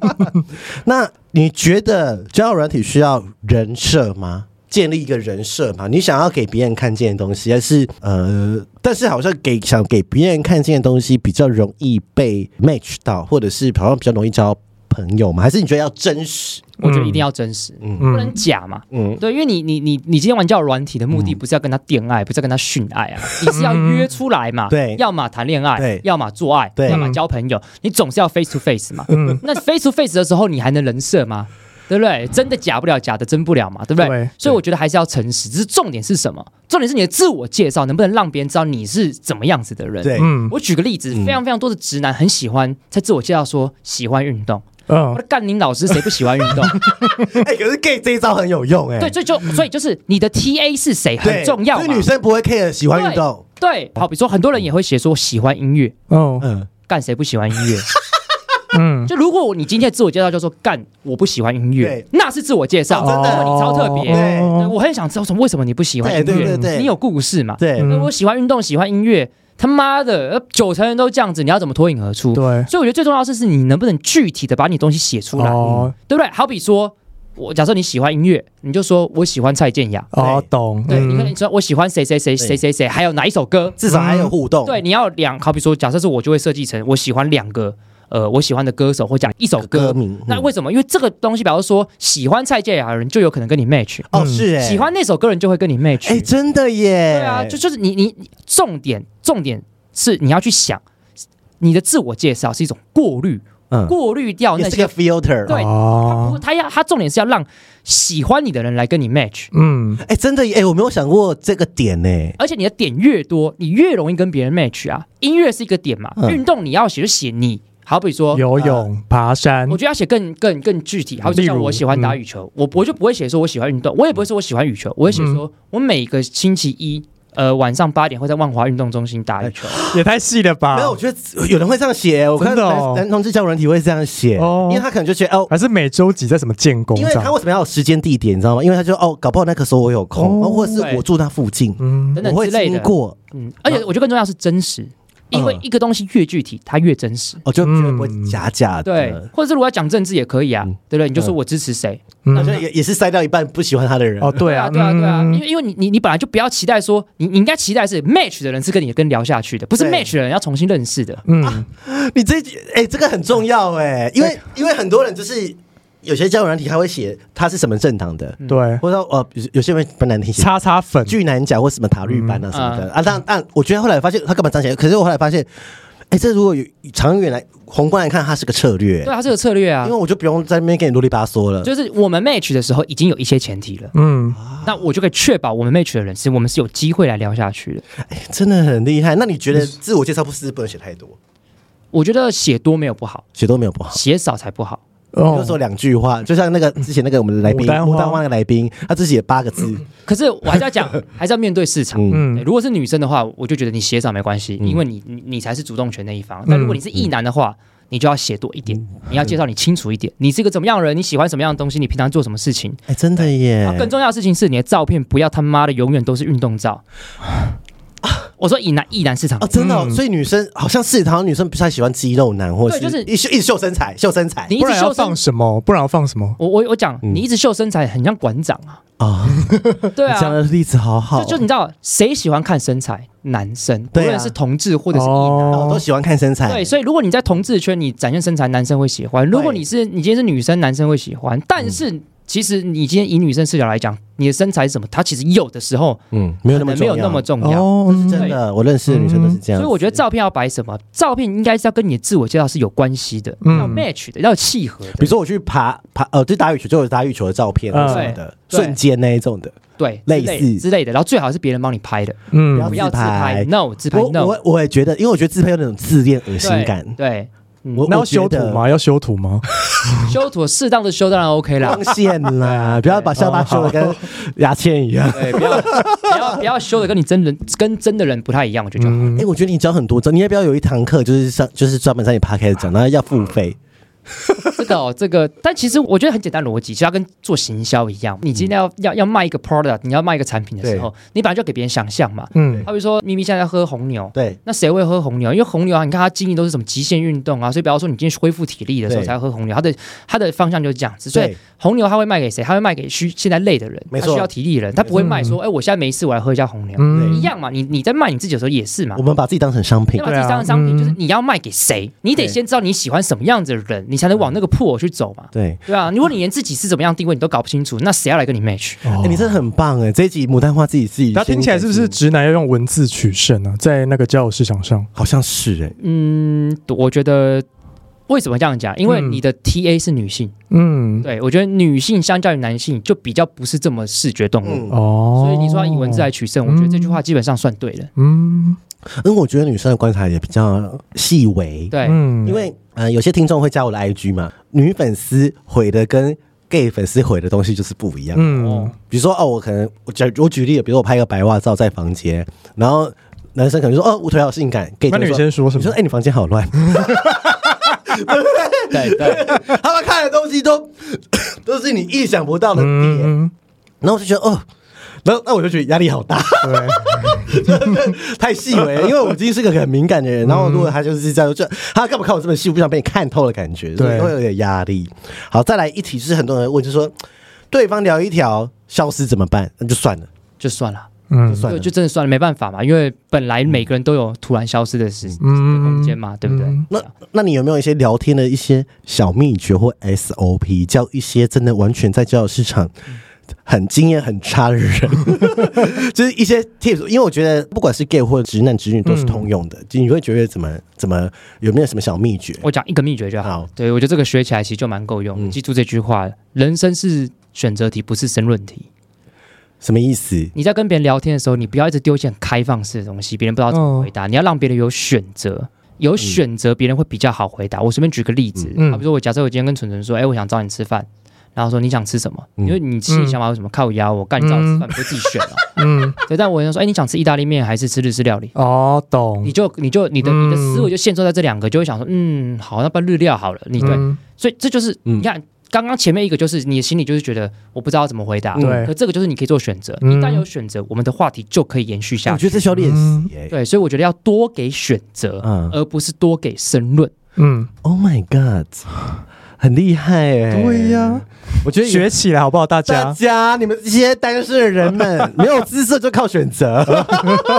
[SPEAKER 1] 那你觉得交友软体需要人设吗？建立一个人设嘛？你想要给别人看见的东西，还是呃，但是好像给想给别人看见的东西比较容易被 match 到，或者是好像比较容易交朋友嘛？还是你觉得要真实？
[SPEAKER 3] 我觉得一定要真实，
[SPEAKER 1] 嗯
[SPEAKER 3] 不能
[SPEAKER 2] 嗯，
[SPEAKER 3] 假嘛。
[SPEAKER 1] 嗯，
[SPEAKER 3] 对，因为你你你你今天玩交友软体的目的不是要跟他恋爱，不是要跟他训爱 啊，你是要约出来嘛，
[SPEAKER 1] 对
[SPEAKER 3] 要么谈恋
[SPEAKER 1] 对
[SPEAKER 3] 爱，要么做爱，
[SPEAKER 1] 对
[SPEAKER 3] 要么交朋友，你总是要 face to face 嘛。
[SPEAKER 1] 啊
[SPEAKER 2] 嗯，
[SPEAKER 3] 那 face to face 的时候，你还能人设吗？对不对？真的假不了，假的真不了嘛，对不对？
[SPEAKER 2] 对
[SPEAKER 3] 所以我觉得还是要诚实，只是重点是什么？重点是你的自我介绍能不能让别人知道你是怎么样子的人。
[SPEAKER 1] 对，
[SPEAKER 2] 嗯
[SPEAKER 3] 我举个例子，
[SPEAKER 1] 嗯
[SPEAKER 3] 非常非常多的直男很喜欢在自我介绍说喜欢运动，
[SPEAKER 1] 哦
[SPEAKER 3] 我
[SPEAKER 2] 嗯
[SPEAKER 3] 说干你老师谁不喜欢运动？
[SPEAKER 1] 哎、可是 gay 这一招很有用哎、
[SPEAKER 3] 对，所以就所以就是你的 TA 是谁
[SPEAKER 1] 对
[SPEAKER 3] 很重要
[SPEAKER 1] 就是
[SPEAKER 3] 嘛
[SPEAKER 1] 女。生不会 care 喜欢运动，
[SPEAKER 3] 对，好比说很多人也会写说喜欢音乐，
[SPEAKER 2] 哦
[SPEAKER 1] 嗯，
[SPEAKER 3] 干谁不喜欢音 乐？
[SPEAKER 2] 嗯，
[SPEAKER 3] 就如果你今天的自我介绍就说干我不喜欢音乐
[SPEAKER 1] 对，
[SPEAKER 3] 那是自我介绍，
[SPEAKER 1] 哦真的
[SPEAKER 3] 哦你超特别。
[SPEAKER 1] 对
[SPEAKER 3] 对
[SPEAKER 2] 哦
[SPEAKER 3] 我很想知道什么为什么你不喜欢
[SPEAKER 1] 对
[SPEAKER 3] 音
[SPEAKER 1] 对对
[SPEAKER 3] 乐？
[SPEAKER 1] 对，
[SPEAKER 3] 你有故事嘛？
[SPEAKER 1] 对，
[SPEAKER 2] 嗯
[SPEAKER 3] 我喜欢运动，喜欢音乐，他妈的呃九成人都这样子，你要怎么脱颖而出？
[SPEAKER 2] 对，哦
[SPEAKER 3] 所以我觉得最重要的是，是你能不能具体的把你东西写出来，
[SPEAKER 2] 哦，
[SPEAKER 3] 对不对？好比说，我假设你喜欢音乐，你就说我喜欢蔡健雅。
[SPEAKER 2] 哦，懂，
[SPEAKER 3] 对，
[SPEAKER 2] 嗯
[SPEAKER 3] 你可能说我喜欢谁谁谁谁谁谁，还有哪一首歌？嗯
[SPEAKER 1] 至少还有互动。
[SPEAKER 3] 对，你要两，好比说，假设是我就会设计成我喜欢两个，呃，我喜欢的歌手或讲一首歌。
[SPEAKER 1] 歌嗯名
[SPEAKER 3] 那为什么？因为这个东西，比方说喜欢蔡健雅的人就有可能跟你 match，
[SPEAKER 1] 哦
[SPEAKER 2] 嗯
[SPEAKER 1] 是哎，
[SPEAKER 3] 喜欢那首歌的人就会跟你 match。
[SPEAKER 1] 哎真的耶，
[SPEAKER 3] 对
[SPEAKER 2] 哎
[SPEAKER 3] 啊，就就是你你你重点重点是你要去想，你的自我介绍是一种过滤，
[SPEAKER 1] 嗯
[SPEAKER 3] 过滤掉那
[SPEAKER 1] 也是
[SPEAKER 3] 些
[SPEAKER 1] 个 filter。
[SPEAKER 3] 对他不
[SPEAKER 2] 哦，
[SPEAKER 3] 他要他重点是要让喜欢你的人来跟你 match，
[SPEAKER 2] 嗯，
[SPEAKER 1] 哎真的耶，哎我没有想过这个点哎呢。
[SPEAKER 3] 而且你的点越多，你越容易跟别人 match 啊。音乐是一个点嘛，
[SPEAKER 1] 嗯
[SPEAKER 3] 运动你要写就写你，好比
[SPEAKER 1] 哦
[SPEAKER 3] 说
[SPEAKER 2] 游泳、
[SPEAKER 1] 呃
[SPEAKER 2] 爬山
[SPEAKER 3] 我，觉得要写更更更具体，好比
[SPEAKER 2] 例
[SPEAKER 3] 像
[SPEAKER 2] 如
[SPEAKER 3] 我喜欢打
[SPEAKER 2] 嗯
[SPEAKER 3] 羽球，我我就不会写说我喜欢运动，我也不会说我喜欢羽球，我会写
[SPEAKER 1] 嗯
[SPEAKER 3] 说我每个星期一呃晚上八点会在万华运动中心打羽球。
[SPEAKER 1] 哎
[SPEAKER 2] 也太细了吧
[SPEAKER 1] 没？有，我觉得有人会这样写，我看
[SPEAKER 2] 啊真的哦
[SPEAKER 1] 男男同志交友软体会这样写，
[SPEAKER 2] 哦
[SPEAKER 1] 因为他可能就觉得哦，
[SPEAKER 2] 还是每周几在什么建工
[SPEAKER 1] 因为
[SPEAKER 2] 这
[SPEAKER 1] 他
[SPEAKER 2] 样？
[SPEAKER 1] 为什么要有时间地点，你知道吗？因为他就哦，搞不好那个时候我有空，
[SPEAKER 2] 哦
[SPEAKER 1] 或者是我住那附近，
[SPEAKER 2] 嗯，
[SPEAKER 3] 等等
[SPEAKER 1] 我会
[SPEAKER 3] 之类的
[SPEAKER 1] 经过，
[SPEAKER 3] 嗯，而且我觉得更重要是真实，因为
[SPEAKER 1] 嗯
[SPEAKER 3] 一个东西越具体，它越真实。
[SPEAKER 1] 我就
[SPEAKER 2] 嗯
[SPEAKER 1] 绝对不会假假的。
[SPEAKER 3] 对，或者是如果要讲政治也可以啊，对不对？你就说
[SPEAKER 1] 嗯
[SPEAKER 3] 我支持谁，
[SPEAKER 2] 嗯
[SPEAKER 1] 好像也也是塞掉一半不喜欢他的人。
[SPEAKER 2] 哦，对啊，
[SPEAKER 3] 对啊，对啊，
[SPEAKER 2] 嗯
[SPEAKER 3] 因为因为你你你本来就不要期待说你你应该期待是 match 的人是跟你跟聊下去的，不是
[SPEAKER 1] 对
[SPEAKER 3] match 的人要重新认识的。
[SPEAKER 1] 啊
[SPEAKER 2] 嗯，
[SPEAKER 1] 你这哎、这个很重要哎、因为因为很多人就是有些交友软体他会写他是什么政党的，
[SPEAKER 2] 对，
[SPEAKER 1] 或者说呃有有些人本来听写
[SPEAKER 2] 擦擦粉，
[SPEAKER 1] 巨男角或什么塔绿班啊什么的、啊，但但我觉得后来发现他根本彰显，可是我后来发现，哎、这如果有长远来宏观来看，它是个策略、
[SPEAKER 3] 对啊，这个策略啊
[SPEAKER 1] 因为，我就不用在那边给你啰里吧嗦了。
[SPEAKER 3] 就是我们 match 的时候已经有一些前提了，
[SPEAKER 2] 嗯，
[SPEAKER 3] 那我就可以确保我们 match 的人是我们是有机会来聊下去的。
[SPEAKER 1] 真的很厉害。那你觉得自我介绍不是不能写太多，
[SPEAKER 3] 我觉得写多没有不好，
[SPEAKER 1] 写都没有不好。
[SPEAKER 3] 写少才不好。
[SPEAKER 1] 比如
[SPEAKER 2] 哦，
[SPEAKER 1] 说两句话，就像那个之前那个我们的来宾
[SPEAKER 2] 牡丹花
[SPEAKER 1] 牡丹花那个来宾，他只写八个字，
[SPEAKER 3] 可是我还是要讲，还是要面对市场。
[SPEAKER 1] 嗯，
[SPEAKER 3] 对
[SPEAKER 2] 嗯，
[SPEAKER 3] 如果是女生的话，我就觉得你写少没关系，因为你你你才是主动权那一方。但如果你是异男的话，你就要写多一点，你要介绍你清楚一点，你是一个怎么样的人，你喜欢什么样的东西，你平常做什么事情。
[SPEAKER 1] 哎，真的耶
[SPEAKER 3] 然啊后，更重要的事情是，你的照片不要他妈的永远都是运动照。我说以男异男市场
[SPEAKER 1] 啊哦，，真的哦，
[SPEAKER 2] 嗯
[SPEAKER 1] 所以女生好像是，好像女生不太喜欢肌肉男，或者
[SPEAKER 3] 对就是
[SPEAKER 1] 一秀一直秀身材，秀身材
[SPEAKER 3] 你一
[SPEAKER 2] 不
[SPEAKER 3] 直
[SPEAKER 2] 然
[SPEAKER 3] 秀
[SPEAKER 2] 要
[SPEAKER 3] 身
[SPEAKER 2] 放，什么？不然要放什么？
[SPEAKER 3] 我我我讲，
[SPEAKER 1] 嗯
[SPEAKER 3] 你一直秀身材，很像馆长啊。
[SPEAKER 1] 啊！
[SPEAKER 3] 对
[SPEAKER 1] 你讲
[SPEAKER 3] 啊，
[SPEAKER 1] 的例子好好
[SPEAKER 3] 就
[SPEAKER 1] 哦，
[SPEAKER 3] 就你知道谁喜欢看身材？男生，不
[SPEAKER 1] 对啊
[SPEAKER 3] 论是同志或者是异男。
[SPEAKER 1] 哦都
[SPEAKER 2] 哦，
[SPEAKER 1] 喜欢看身材，
[SPEAKER 3] 对，所以如果你在同志圈，你展现身材，男生会喜欢；如果你是你今天是女生，男生会喜
[SPEAKER 1] 嗯
[SPEAKER 3] 欢。但是其实你今天以女生视角来讲，你的身材是什么，它其实有的时候
[SPEAKER 1] 嗯，没有
[SPEAKER 3] 可
[SPEAKER 1] 那么
[SPEAKER 3] 能没有
[SPEAKER 1] 重要
[SPEAKER 3] 那么重要。
[SPEAKER 2] 哦，嗯
[SPEAKER 1] 真的，我认识的女生都是这样
[SPEAKER 3] 所
[SPEAKER 1] 子，
[SPEAKER 3] 以我觉得照片要摆什么，照片应该是要跟你的自我介绍是有关系的，
[SPEAKER 2] 嗯
[SPEAKER 3] 要 match 的，要契合
[SPEAKER 1] 比如
[SPEAKER 3] 的。
[SPEAKER 1] 说我去爬爬呃，就打羽球就有打羽球的照片啊
[SPEAKER 2] 嗯
[SPEAKER 1] 什么的，
[SPEAKER 3] 对
[SPEAKER 1] 瞬间那一种的，
[SPEAKER 3] 对，
[SPEAKER 1] 类
[SPEAKER 3] 之
[SPEAKER 1] 似
[SPEAKER 3] 之类的，然后最好是别人帮你拍的，
[SPEAKER 2] 嗯
[SPEAKER 1] 不要
[SPEAKER 3] 不要
[SPEAKER 1] 自
[SPEAKER 3] 自
[SPEAKER 1] 拍
[SPEAKER 3] 拍，no 自拍
[SPEAKER 1] 我
[SPEAKER 3] no，
[SPEAKER 1] 我我也觉得，因为我觉得自拍有那种自恋恶心
[SPEAKER 3] 对
[SPEAKER 1] 感，
[SPEAKER 3] 对，嗯
[SPEAKER 1] 我
[SPEAKER 2] 那要修图？
[SPEAKER 1] 我觉得
[SPEAKER 2] 吗？要修图吗？
[SPEAKER 3] 修图适当的修当然 OK 啦
[SPEAKER 1] 光，线啦，不要把下巴修的跟牙签一样。
[SPEAKER 3] 对，不要不要不要修的跟你真人跟真的人不太一样，我觉得就好。
[SPEAKER 1] 哎、
[SPEAKER 2] 嗯，
[SPEAKER 1] 我觉得你教很多招，你要不要有一堂课就是上就是专门上你 p 开 d 讲，然后要付费？
[SPEAKER 3] 这个、哦、这个，但其实我觉得很简单逻辑，就要跟做行销一
[SPEAKER 1] 嗯
[SPEAKER 3] 样。你今天要、要要卖一个 product，你要卖一个产品的时候，你本来就给别人想象嘛。
[SPEAKER 2] 嗯，
[SPEAKER 3] 好比说，咪咪现在在喝红牛，
[SPEAKER 1] 对，
[SPEAKER 3] 那谁会喝红牛？因为红牛啊，你看它经营都是什么极限运动啊，所以比方说你今天恢复体力的时候
[SPEAKER 1] 对
[SPEAKER 3] 才喝红牛，它的它的方向就是这样子。所以
[SPEAKER 1] 对
[SPEAKER 3] 红牛它会卖给谁？它会卖给需现在累的人，
[SPEAKER 1] 没
[SPEAKER 3] 他
[SPEAKER 1] 错嗯
[SPEAKER 3] 需要体力的人，它不会卖说，哎、我现在没事，我来喝一下红牛，
[SPEAKER 2] 嗯
[SPEAKER 3] 一样嘛。你你在卖你自己的时候也是嘛
[SPEAKER 1] 我。们把自己当成商品
[SPEAKER 3] 要把，
[SPEAKER 2] 对
[SPEAKER 3] 自己
[SPEAKER 2] 啊
[SPEAKER 3] 当成商品，
[SPEAKER 2] 嗯
[SPEAKER 3] 就是你要卖给谁，你得
[SPEAKER 1] 对
[SPEAKER 3] 先知道你喜欢什么样子的人，你才能往那个破去走嘛。
[SPEAKER 1] 对。
[SPEAKER 3] 对啊，如果你连自己是怎么样定位你都搞不清楚，那谁要来跟你 match？
[SPEAKER 1] 哎、
[SPEAKER 2] 哦
[SPEAKER 1] 你真的很棒哎！这一集牡丹花自己自己，
[SPEAKER 2] 那听起来是不是？直男要用文字取胜啊？在那个交友市场上，
[SPEAKER 1] 好像是哎、
[SPEAKER 3] 嗯，我觉得为什么这样讲？因为
[SPEAKER 2] 嗯
[SPEAKER 3] 你的 TA 是女性，
[SPEAKER 2] 嗯，
[SPEAKER 3] 对我觉得女性相较于男性就比较不是这么视觉动物，
[SPEAKER 1] 嗯，哦
[SPEAKER 2] 哦，
[SPEAKER 3] 所以你说要以文字来，取胜，我觉得这句话基本上算对的。
[SPEAKER 2] 嗯，
[SPEAKER 1] 因为我觉得女生的观察也比较细微，
[SPEAKER 3] 对，
[SPEAKER 2] 嗯，
[SPEAKER 1] 因为呃，有些听众会加我的 IG 嘛，女粉丝回的跟 gay 粉丝回的东西就是不一样。
[SPEAKER 2] 嗯
[SPEAKER 3] 哦，
[SPEAKER 1] 比如说哦，我可能我举我举例，比如我拍个白袜照在房间，然后男生可能说哦，我腿好性感，gay
[SPEAKER 2] 那
[SPEAKER 1] 就会
[SPEAKER 2] 女
[SPEAKER 1] 说
[SPEAKER 2] 生说什
[SPEAKER 1] 你说
[SPEAKER 2] 么
[SPEAKER 1] 哎、？你房间好乱，
[SPEAKER 3] 对对，
[SPEAKER 1] 他们看的东西都 都是你意想不到的点，
[SPEAKER 2] 嗯，
[SPEAKER 1] 然后我就觉得哦。然后，那我就觉得压力好大，
[SPEAKER 2] 对，
[SPEAKER 1] 太细微了，因为我今天是个很敏感的人。然后，如果他就是这样，就他干嘛看我这么细，我不想被你看透的感觉，所以
[SPEAKER 2] 对
[SPEAKER 1] 会有点压力。好，再来一题，就是很多人问，就是说对方聊一条消失怎么办？那就算了，
[SPEAKER 3] 就算了，
[SPEAKER 1] 就
[SPEAKER 2] 嗯
[SPEAKER 1] 算
[SPEAKER 3] 对，
[SPEAKER 1] 了，
[SPEAKER 3] 就真的算了，没办法嘛，因为本来每个人都有突然消失的时空间嘛，对不对？
[SPEAKER 2] 嗯
[SPEAKER 1] 那嗯那你有没有一些聊天的一些小秘诀或 SOP，教一些真的完全在交友市场很经验很差的人，就是一些 tips？因为我觉得不管是 gay 或者直男直女都是通用的，就你会觉得怎么怎么有没有什么小秘诀？
[SPEAKER 3] 我讲一个秘诀就好。
[SPEAKER 1] 好
[SPEAKER 3] 对，我觉得这个学起来其实就蛮够用。
[SPEAKER 1] 嗯
[SPEAKER 3] 记住这句话：人生是选择题，不是申论题。
[SPEAKER 1] 什么意思？
[SPEAKER 3] 你在跟别人聊天的时候，你不要一直丢一些很开放式的东西，别人不知道怎么回答，你要让别人有选择。有选择，别人会比较好回答。我随便举个例子，
[SPEAKER 2] 嗯
[SPEAKER 3] 好比说，我假设我今天跟纯纯说，哎、我想找你吃饭，然后说你想吃什么，
[SPEAKER 1] 嗯
[SPEAKER 3] 因为你心里想法有什么靠腰，我干你找我吃饭，你就自己选了、
[SPEAKER 2] 嗯，
[SPEAKER 3] 对，但我跟他说，哎、你想吃意大利面还是吃日式料理？
[SPEAKER 2] 哦，懂
[SPEAKER 3] 你，就你就你的
[SPEAKER 2] 嗯
[SPEAKER 3] 你的思维就限缩在这两个，就会想说，嗯，好，那不然日料好了，你对，
[SPEAKER 2] 嗯
[SPEAKER 3] 所以这就是
[SPEAKER 1] 嗯
[SPEAKER 3] 你看刚刚前面一个就是你的心里就是觉得我不知道怎么回答，
[SPEAKER 2] 嗯对
[SPEAKER 3] 可这个就是你可以做选择，
[SPEAKER 2] 嗯
[SPEAKER 3] 一旦有选择，我们的话题就可以延续下
[SPEAKER 1] 我
[SPEAKER 3] 去
[SPEAKER 1] 觉得。这需要练习耶。
[SPEAKER 2] 嗯
[SPEAKER 3] 对，所以我觉得要多给选择，
[SPEAKER 1] 嗯
[SPEAKER 3] 而不是多给申论。
[SPEAKER 2] 嗯，
[SPEAKER 1] ，Oh my God，很厉害哎。
[SPEAKER 2] 对呀，
[SPEAKER 1] 我觉得
[SPEAKER 2] 学起来好不好，大
[SPEAKER 1] 大
[SPEAKER 2] 家？
[SPEAKER 1] 家，你们这些单身的人 们，没有姿色就靠选择。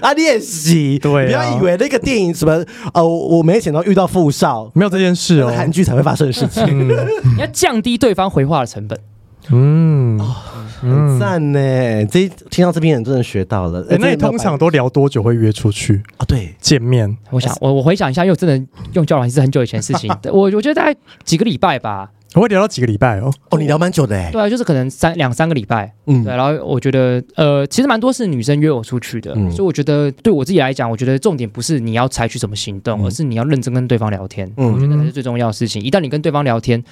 [SPEAKER 1] 啊，练习，
[SPEAKER 2] 对啊
[SPEAKER 1] 不要以为那个电影什么，呃，我我没想到遇到富少，
[SPEAKER 2] 没有这件事哦，
[SPEAKER 1] 韩剧才会发生的事情，
[SPEAKER 3] 你要降低对方回话的成本。
[SPEAKER 2] 嗯，
[SPEAKER 1] 哦很赞呢。这一听到这边，人真的学到了。
[SPEAKER 2] 诶哎那你通常
[SPEAKER 1] 啊、
[SPEAKER 2] 都聊多久会约出去
[SPEAKER 1] 哦对，
[SPEAKER 2] 见面？
[SPEAKER 3] 我想我我回想一下，因为我真的用交友软件是很久以前的事情， 我我觉得大概几个礼拜吧，
[SPEAKER 2] 我会聊到几个礼拜哦，
[SPEAKER 1] 哦，你聊蛮久的哎，
[SPEAKER 3] 对啊，就是可能三两三个礼拜，
[SPEAKER 1] 嗯
[SPEAKER 3] 对，然后我觉得，呃，其实蛮多是女生约我出去的，
[SPEAKER 1] 嗯
[SPEAKER 3] 所以我觉得对我自己来讲，我觉得重点不是你要采取什么行动，
[SPEAKER 1] 嗯
[SPEAKER 3] 而是你要认真跟对方聊天，
[SPEAKER 1] 嗯
[SPEAKER 3] 我觉得才是最重要的事情。一旦你跟对方聊天，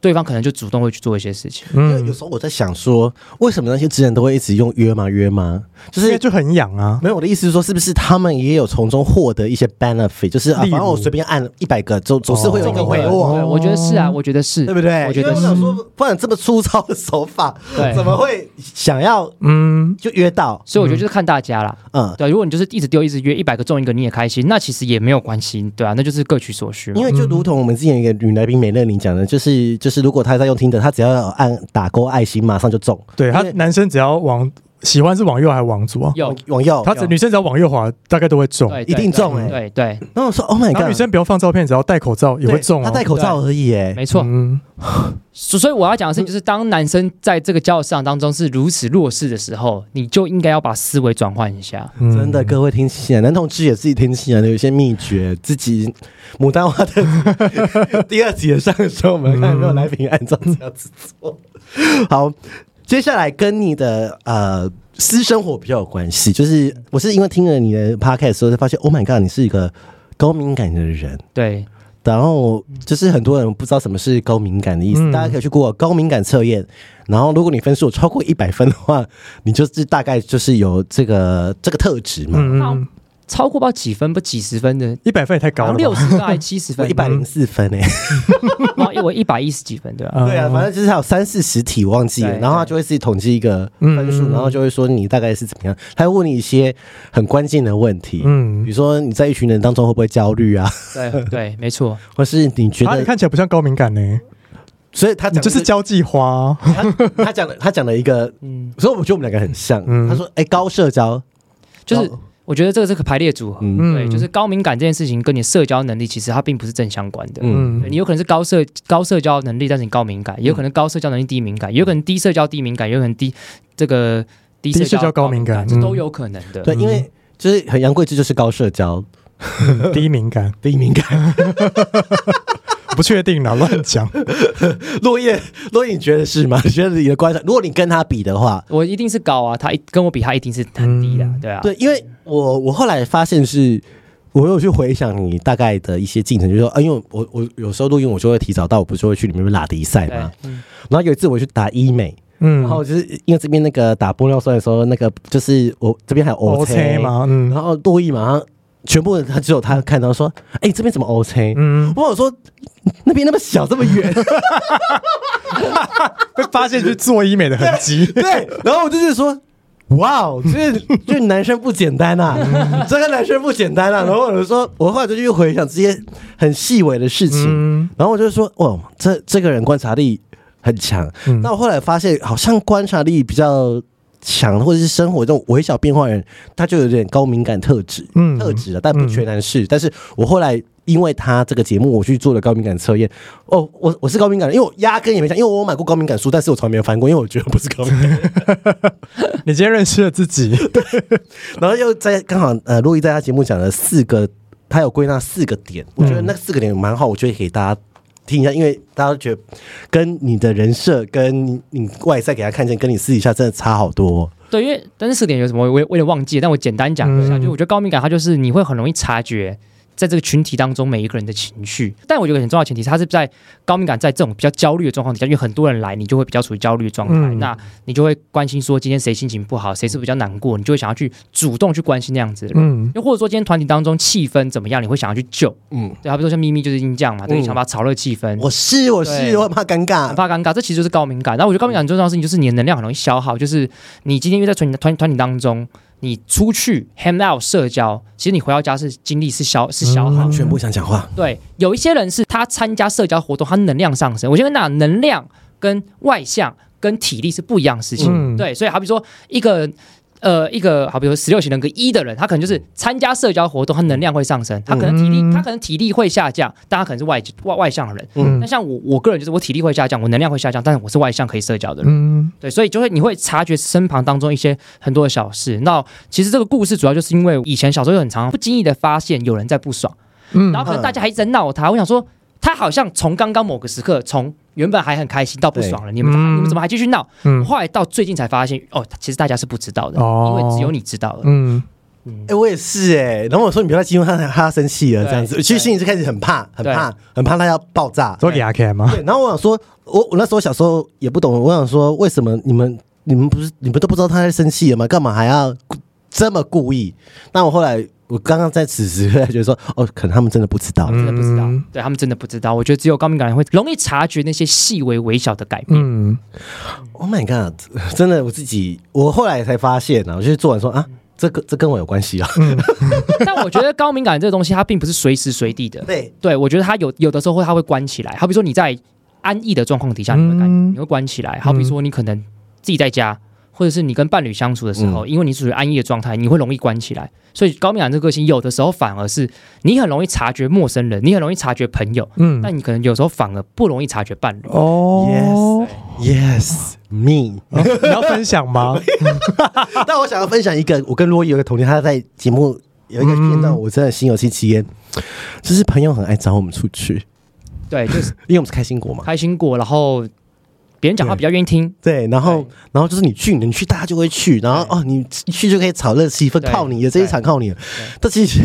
[SPEAKER 3] 对方可能就主动会去做一些事情。
[SPEAKER 1] 因为有
[SPEAKER 2] 嗯，
[SPEAKER 1] 时候我在想说，为什么那些直男都会一直用约吗约吗？就
[SPEAKER 2] 因为
[SPEAKER 1] 是
[SPEAKER 2] 就很痒啊，
[SPEAKER 1] 没有，我的意思是说，是不是他们也有从中获得一些 benefit？就是啊，
[SPEAKER 2] 例
[SPEAKER 1] 反正
[SPEAKER 2] 如哦
[SPEAKER 1] 我随便按一百个，总总是会有一个回哦我。
[SPEAKER 3] 对我觉得是啊，我觉得是，
[SPEAKER 1] 对不对？
[SPEAKER 3] 我觉
[SPEAKER 1] 因
[SPEAKER 3] 得
[SPEAKER 1] 为
[SPEAKER 3] 是
[SPEAKER 1] 我，想说，
[SPEAKER 2] 嗯
[SPEAKER 1] 不然这么粗糙的手法，
[SPEAKER 3] 对
[SPEAKER 1] 怎么会想要
[SPEAKER 2] 嗯，
[SPEAKER 1] 就约到？
[SPEAKER 3] 所以我觉得就是看大家啦。
[SPEAKER 1] 嗯，
[SPEAKER 3] 对啊，如果你就是一直丢，一直约，一百个中一个你也开心，那其实也没有关系，对啊，那就是各取所需嘛
[SPEAKER 1] 因。为
[SPEAKER 2] 嗯
[SPEAKER 1] 就如同我们之前有一个女来宾美乐玲讲的，就是就是如果她在用听的，她只要有按打勾爱心，马上就中，
[SPEAKER 2] 对他
[SPEAKER 1] 因为
[SPEAKER 2] 男生只要往喜欢是往右还是往左啊？
[SPEAKER 3] 有
[SPEAKER 1] 往右，
[SPEAKER 2] 他只女生只要往右滑，大概都会中。
[SPEAKER 3] 对，
[SPEAKER 1] 一定中哎。
[SPEAKER 3] 对对，
[SPEAKER 1] 然后我说 Oh my
[SPEAKER 2] 然后
[SPEAKER 1] god，
[SPEAKER 2] 女生不要放照片，只要戴口罩也
[SPEAKER 1] 对
[SPEAKER 2] 会中
[SPEAKER 1] 她
[SPEAKER 2] 哦。
[SPEAKER 1] 戴口罩而已哎。
[SPEAKER 3] 没错。
[SPEAKER 2] 嗯，
[SPEAKER 3] 所所以我要讲的是，就是当男生在这个交友市场当中是如此弱势的时候，你就应该要把思维转换一下。
[SPEAKER 2] 嗯
[SPEAKER 1] 真的，各位听起来，男同志也自己听起来的有一些秘诀，自己牡丹花的第二集的 上的时候，我们看有没有来宾按照这样子做。 好，接下来跟你的呃私生活比较有关系，就是我是因为听了你的 podcast 之后，才发现，Oh my god，你是一个高敏感的人。
[SPEAKER 3] 对，
[SPEAKER 1] 然后就是很多人不知道什么是高敏感的意思，
[SPEAKER 2] 嗯
[SPEAKER 1] 大家可以去 Google 高敏感测验。然后，如果你分数有超过一百分的话，你就是大概就是有这个这个特质嘛。
[SPEAKER 2] 嗯
[SPEAKER 3] 好
[SPEAKER 2] 嗯，
[SPEAKER 3] 超过不知道几分，不几十分的，
[SPEAKER 2] 一百分也太高
[SPEAKER 3] 好
[SPEAKER 2] 了吧。
[SPEAKER 3] 像六十分还是七十
[SPEAKER 1] 我
[SPEAKER 3] 分
[SPEAKER 1] 一，百零四分诶、
[SPEAKER 3] 然后我一百一十几分，对吧、
[SPEAKER 2] 嗯
[SPEAKER 1] 对啊，反正就是还有三四十题，我忘记了，
[SPEAKER 3] 对
[SPEAKER 1] 然后他就会自己统计一个分数，
[SPEAKER 2] 嗯
[SPEAKER 1] 然后就会说你大概是怎么样，他会问你一些很关键的问题，比
[SPEAKER 2] 嗯
[SPEAKER 1] 如，说你在一群人当中会不会焦虑啊，
[SPEAKER 3] 对对，没错。
[SPEAKER 1] 或是你觉
[SPEAKER 2] 啊，你
[SPEAKER 1] 得，
[SPEAKER 2] 看起来不像高敏感呢，
[SPEAKER 1] 所以他
[SPEAKER 2] 你
[SPEAKER 1] 讲
[SPEAKER 2] 这
[SPEAKER 1] 的
[SPEAKER 2] 是交际花哦。
[SPEAKER 1] 他他讲了他讲了一个，
[SPEAKER 3] 嗯，
[SPEAKER 1] 所以我觉得我们两个很像，
[SPEAKER 2] 嗯哦
[SPEAKER 1] 他说哎高社交
[SPEAKER 3] 就是
[SPEAKER 1] 高
[SPEAKER 3] 我觉得这个是个排列组合，
[SPEAKER 1] 嗯
[SPEAKER 3] 对，
[SPEAKER 2] 嗯
[SPEAKER 3] 就是高敏感这件事情跟你社交能力其实它并不是正相关的。
[SPEAKER 1] 嗯
[SPEAKER 2] 嗯
[SPEAKER 3] 对你有可能是高社高社交能力，但是你高敏感；也有可能高社交能力低敏感，也有可能低社交低敏感，也有可能低这个低
[SPEAKER 2] 低
[SPEAKER 3] 社
[SPEAKER 2] 社交高敏感
[SPEAKER 3] 这
[SPEAKER 2] 嗯
[SPEAKER 3] 都有可能的。
[SPEAKER 1] 对，因为就是很杨贵枝就是高社交
[SPEAKER 2] 低嗯敏感，
[SPEAKER 1] 低敏 感，
[SPEAKER 2] 不确定啦，乱讲。
[SPEAKER 1] 落叶落叶你觉得是吗？你 觉得你的观察，如果你跟他比的话，
[SPEAKER 3] 我一定是高啊，他一跟我比，他一定是很低的，
[SPEAKER 2] 嗯
[SPEAKER 3] 对啊，
[SPEAKER 1] 对，因为我我后来发现是，我有去回想你大概的一些进程，就是说，啊，因为我我有时候录音我就会提早到，我不是会去里面拉迪赛
[SPEAKER 3] 对
[SPEAKER 1] 嘛。，
[SPEAKER 3] 嗯
[SPEAKER 1] 然后有一次我去打医美，
[SPEAKER 2] 嗯，
[SPEAKER 1] 然后就是因为这边那个打玻尿酸的时候，那个就是我这边还有 O
[SPEAKER 2] 哦 OK
[SPEAKER 1] C，
[SPEAKER 2] 吗？嗯
[SPEAKER 1] 哦然后洛毅马上全部人他只有他看到说，哎、这边怎么 O C？
[SPEAKER 2] 嗯，
[SPEAKER 1] 我想说那边那么小，这么远，
[SPEAKER 2] 会发现去做医美的痕迹。
[SPEAKER 1] 对，然后我就是说。哇哦，这这男生不简单 呐、这个男生不简单呐、啊然后我就说，我后来就去回想这些很细微的事情，
[SPEAKER 2] 嗯
[SPEAKER 1] 然后我就说，哇，这这个人观察力很强。
[SPEAKER 2] 嗯
[SPEAKER 1] 那我后来发现，好像观察力比较强，或者是生活这种微小变化的人，他就有点高敏感特质。
[SPEAKER 2] 嗯
[SPEAKER 1] 特质了，啊但不全然是。但是我后来因为他这个节目，我去做了高敏感测验。哦，我我是高敏感的，因为我压根也没想，因为我有买过高敏感书，但是我从来没有翻过，因为我觉得不是高敏感。
[SPEAKER 2] 你今天认识了自己，
[SPEAKER 1] 然后又在刚好呃，陆毅在他节目讲了四个，他有归纳四个点，我觉得那四个点蛮好，我觉得给大家。听一下，因为大家都觉得跟你的人设、跟你你外在给他看见，跟你私底下真的差好多、
[SPEAKER 3] 对，因为但是四点有什么，我也我也忘记了，但我简单讲一下，
[SPEAKER 2] 嗯
[SPEAKER 3] 就我觉得高敏感它就是你会很容易察觉。在这个群体当中，每一个人的情绪，但我觉得很重要的前提是，他是在高敏感，在这种比较焦虑的状况底下，因为很多人来，你就会比较处于焦虑的状态，
[SPEAKER 2] 嗯
[SPEAKER 3] 那你就会关心说今天谁心情不好，谁是比较难过，你就会想要去主动去关心那样子的人。
[SPEAKER 2] 嗯
[SPEAKER 3] 又或者说今天团体当中气氛怎么样，你会想要去救。
[SPEAKER 1] 嗯，
[SPEAKER 3] 对，好比说像咪咪就是因为这样嘛，对，
[SPEAKER 1] 嗯
[SPEAKER 3] 想把它炒热气氛。
[SPEAKER 1] 我是我是
[SPEAKER 3] 对
[SPEAKER 1] 我很怕尴
[SPEAKER 3] 很
[SPEAKER 1] 尬，
[SPEAKER 3] 怕尴尬，这其实就是高敏感。那我觉得高敏感很重要的事情就是你的能量很容易消耗，就是你今天因为在团团团体当中，你出去 hang out 社交，其实你回到家是精力是消是消耗。
[SPEAKER 2] 嗯
[SPEAKER 1] 全部想讲话，
[SPEAKER 3] 对，有一些人是他参加社交活动，他能量上升。我先跟大家讲，能量跟外向跟体力是不一样的事情。
[SPEAKER 2] 嗯，，
[SPEAKER 3] 对，所以好比说一个。呃，一个好，比如十六型人格一的人，他可能就是参加社交活动，他能量会上升，他可能体力，
[SPEAKER 2] 嗯
[SPEAKER 3] 他可能体力会下降，但他可能是外外外向的人。
[SPEAKER 2] 嗯
[SPEAKER 3] 那像我，我个人就是我体力会下降，我能量会下降，但是我是外向可以社交的人，
[SPEAKER 2] 嗯
[SPEAKER 3] 对，所以就会你会察觉身旁当中一些很多的小事。那其实这个故事主要就是因为以前小时候就很常不经意的发现有人在不爽，
[SPEAKER 2] 嗯
[SPEAKER 3] 然后可能大家还一直在闹他，我想说他好像从刚刚某个时刻，从原本还很开心到不爽了，你们怎么、
[SPEAKER 2] 嗯
[SPEAKER 3] 你们怎么还继续闹？
[SPEAKER 2] 嗯
[SPEAKER 3] 后来到最近才发现，哦，其实大家是不知道的，
[SPEAKER 2] 哦
[SPEAKER 3] 因为只有你知道了。
[SPEAKER 2] 嗯
[SPEAKER 1] 哎、我也是哎、然后我说你不要再激怒他，他生气了这样子。
[SPEAKER 3] 对
[SPEAKER 1] 其实心里就开始很怕，很怕，很怕他要爆炸。
[SPEAKER 2] 都牙开吗？
[SPEAKER 1] 对，然后我想说，我我那时候小时候也不懂，我想说为什么你们你们不是你们都不知道他在生气了吗？干嘛还要故这么故意？那我后来我刚刚在此时 突然觉得说，哦，可能他们真的不知道。
[SPEAKER 2] 嗯
[SPEAKER 3] 真的不知道，
[SPEAKER 2] 嗯
[SPEAKER 3] 对他们真的不知道。我觉得只有高敏感人会容易察觉那些细微微小的改变。
[SPEAKER 2] 嗯
[SPEAKER 1] Oh my god！真的，我自己我后来才发现啊，我就是做完说啊，这个这跟我有关系啊。
[SPEAKER 3] 但我觉得高敏感这个东西，它并不是随时随地的。
[SPEAKER 1] 对，
[SPEAKER 3] 对，我觉得它有有的时候会它会关起来，好比说你在安逸的状况底下，你会感、
[SPEAKER 2] 嗯
[SPEAKER 3] 你会关起来。好比说你可能自己在家，或者是你跟伴侣相处的时候，因为你处于安逸的状态，你会容易关起来。所以高敏感这个个性，有的时候反而是你很容易察觉陌生人，你很容易察觉朋友，
[SPEAKER 2] 嗯，
[SPEAKER 3] 但你可能有时候反而不容易察觉 伴侣。
[SPEAKER 2] 哦
[SPEAKER 1] Yes, me。
[SPEAKER 2] 你要分享吗？
[SPEAKER 1] 但我想要分享一个，我跟洛伊有一个童年，他在节目有一个片段，
[SPEAKER 2] 嗯
[SPEAKER 1] 我真的心有戚戚焉。就是朋友很爱找我们出去，
[SPEAKER 3] 对，就是
[SPEAKER 1] 因为我们是开心果嘛。
[SPEAKER 3] 开心果，然后别人讲话比较愿意听。
[SPEAKER 1] 对，然后
[SPEAKER 3] 对
[SPEAKER 1] 然后就是你去，你去大家就会去，然后
[SPEAKER 3] 对
[SPEAKER 1] 哦，你一去就可以炒热气氛，
[SPEAKER 3] 对
[SPEAKER 1] 靠你的这一场靠你的。但其实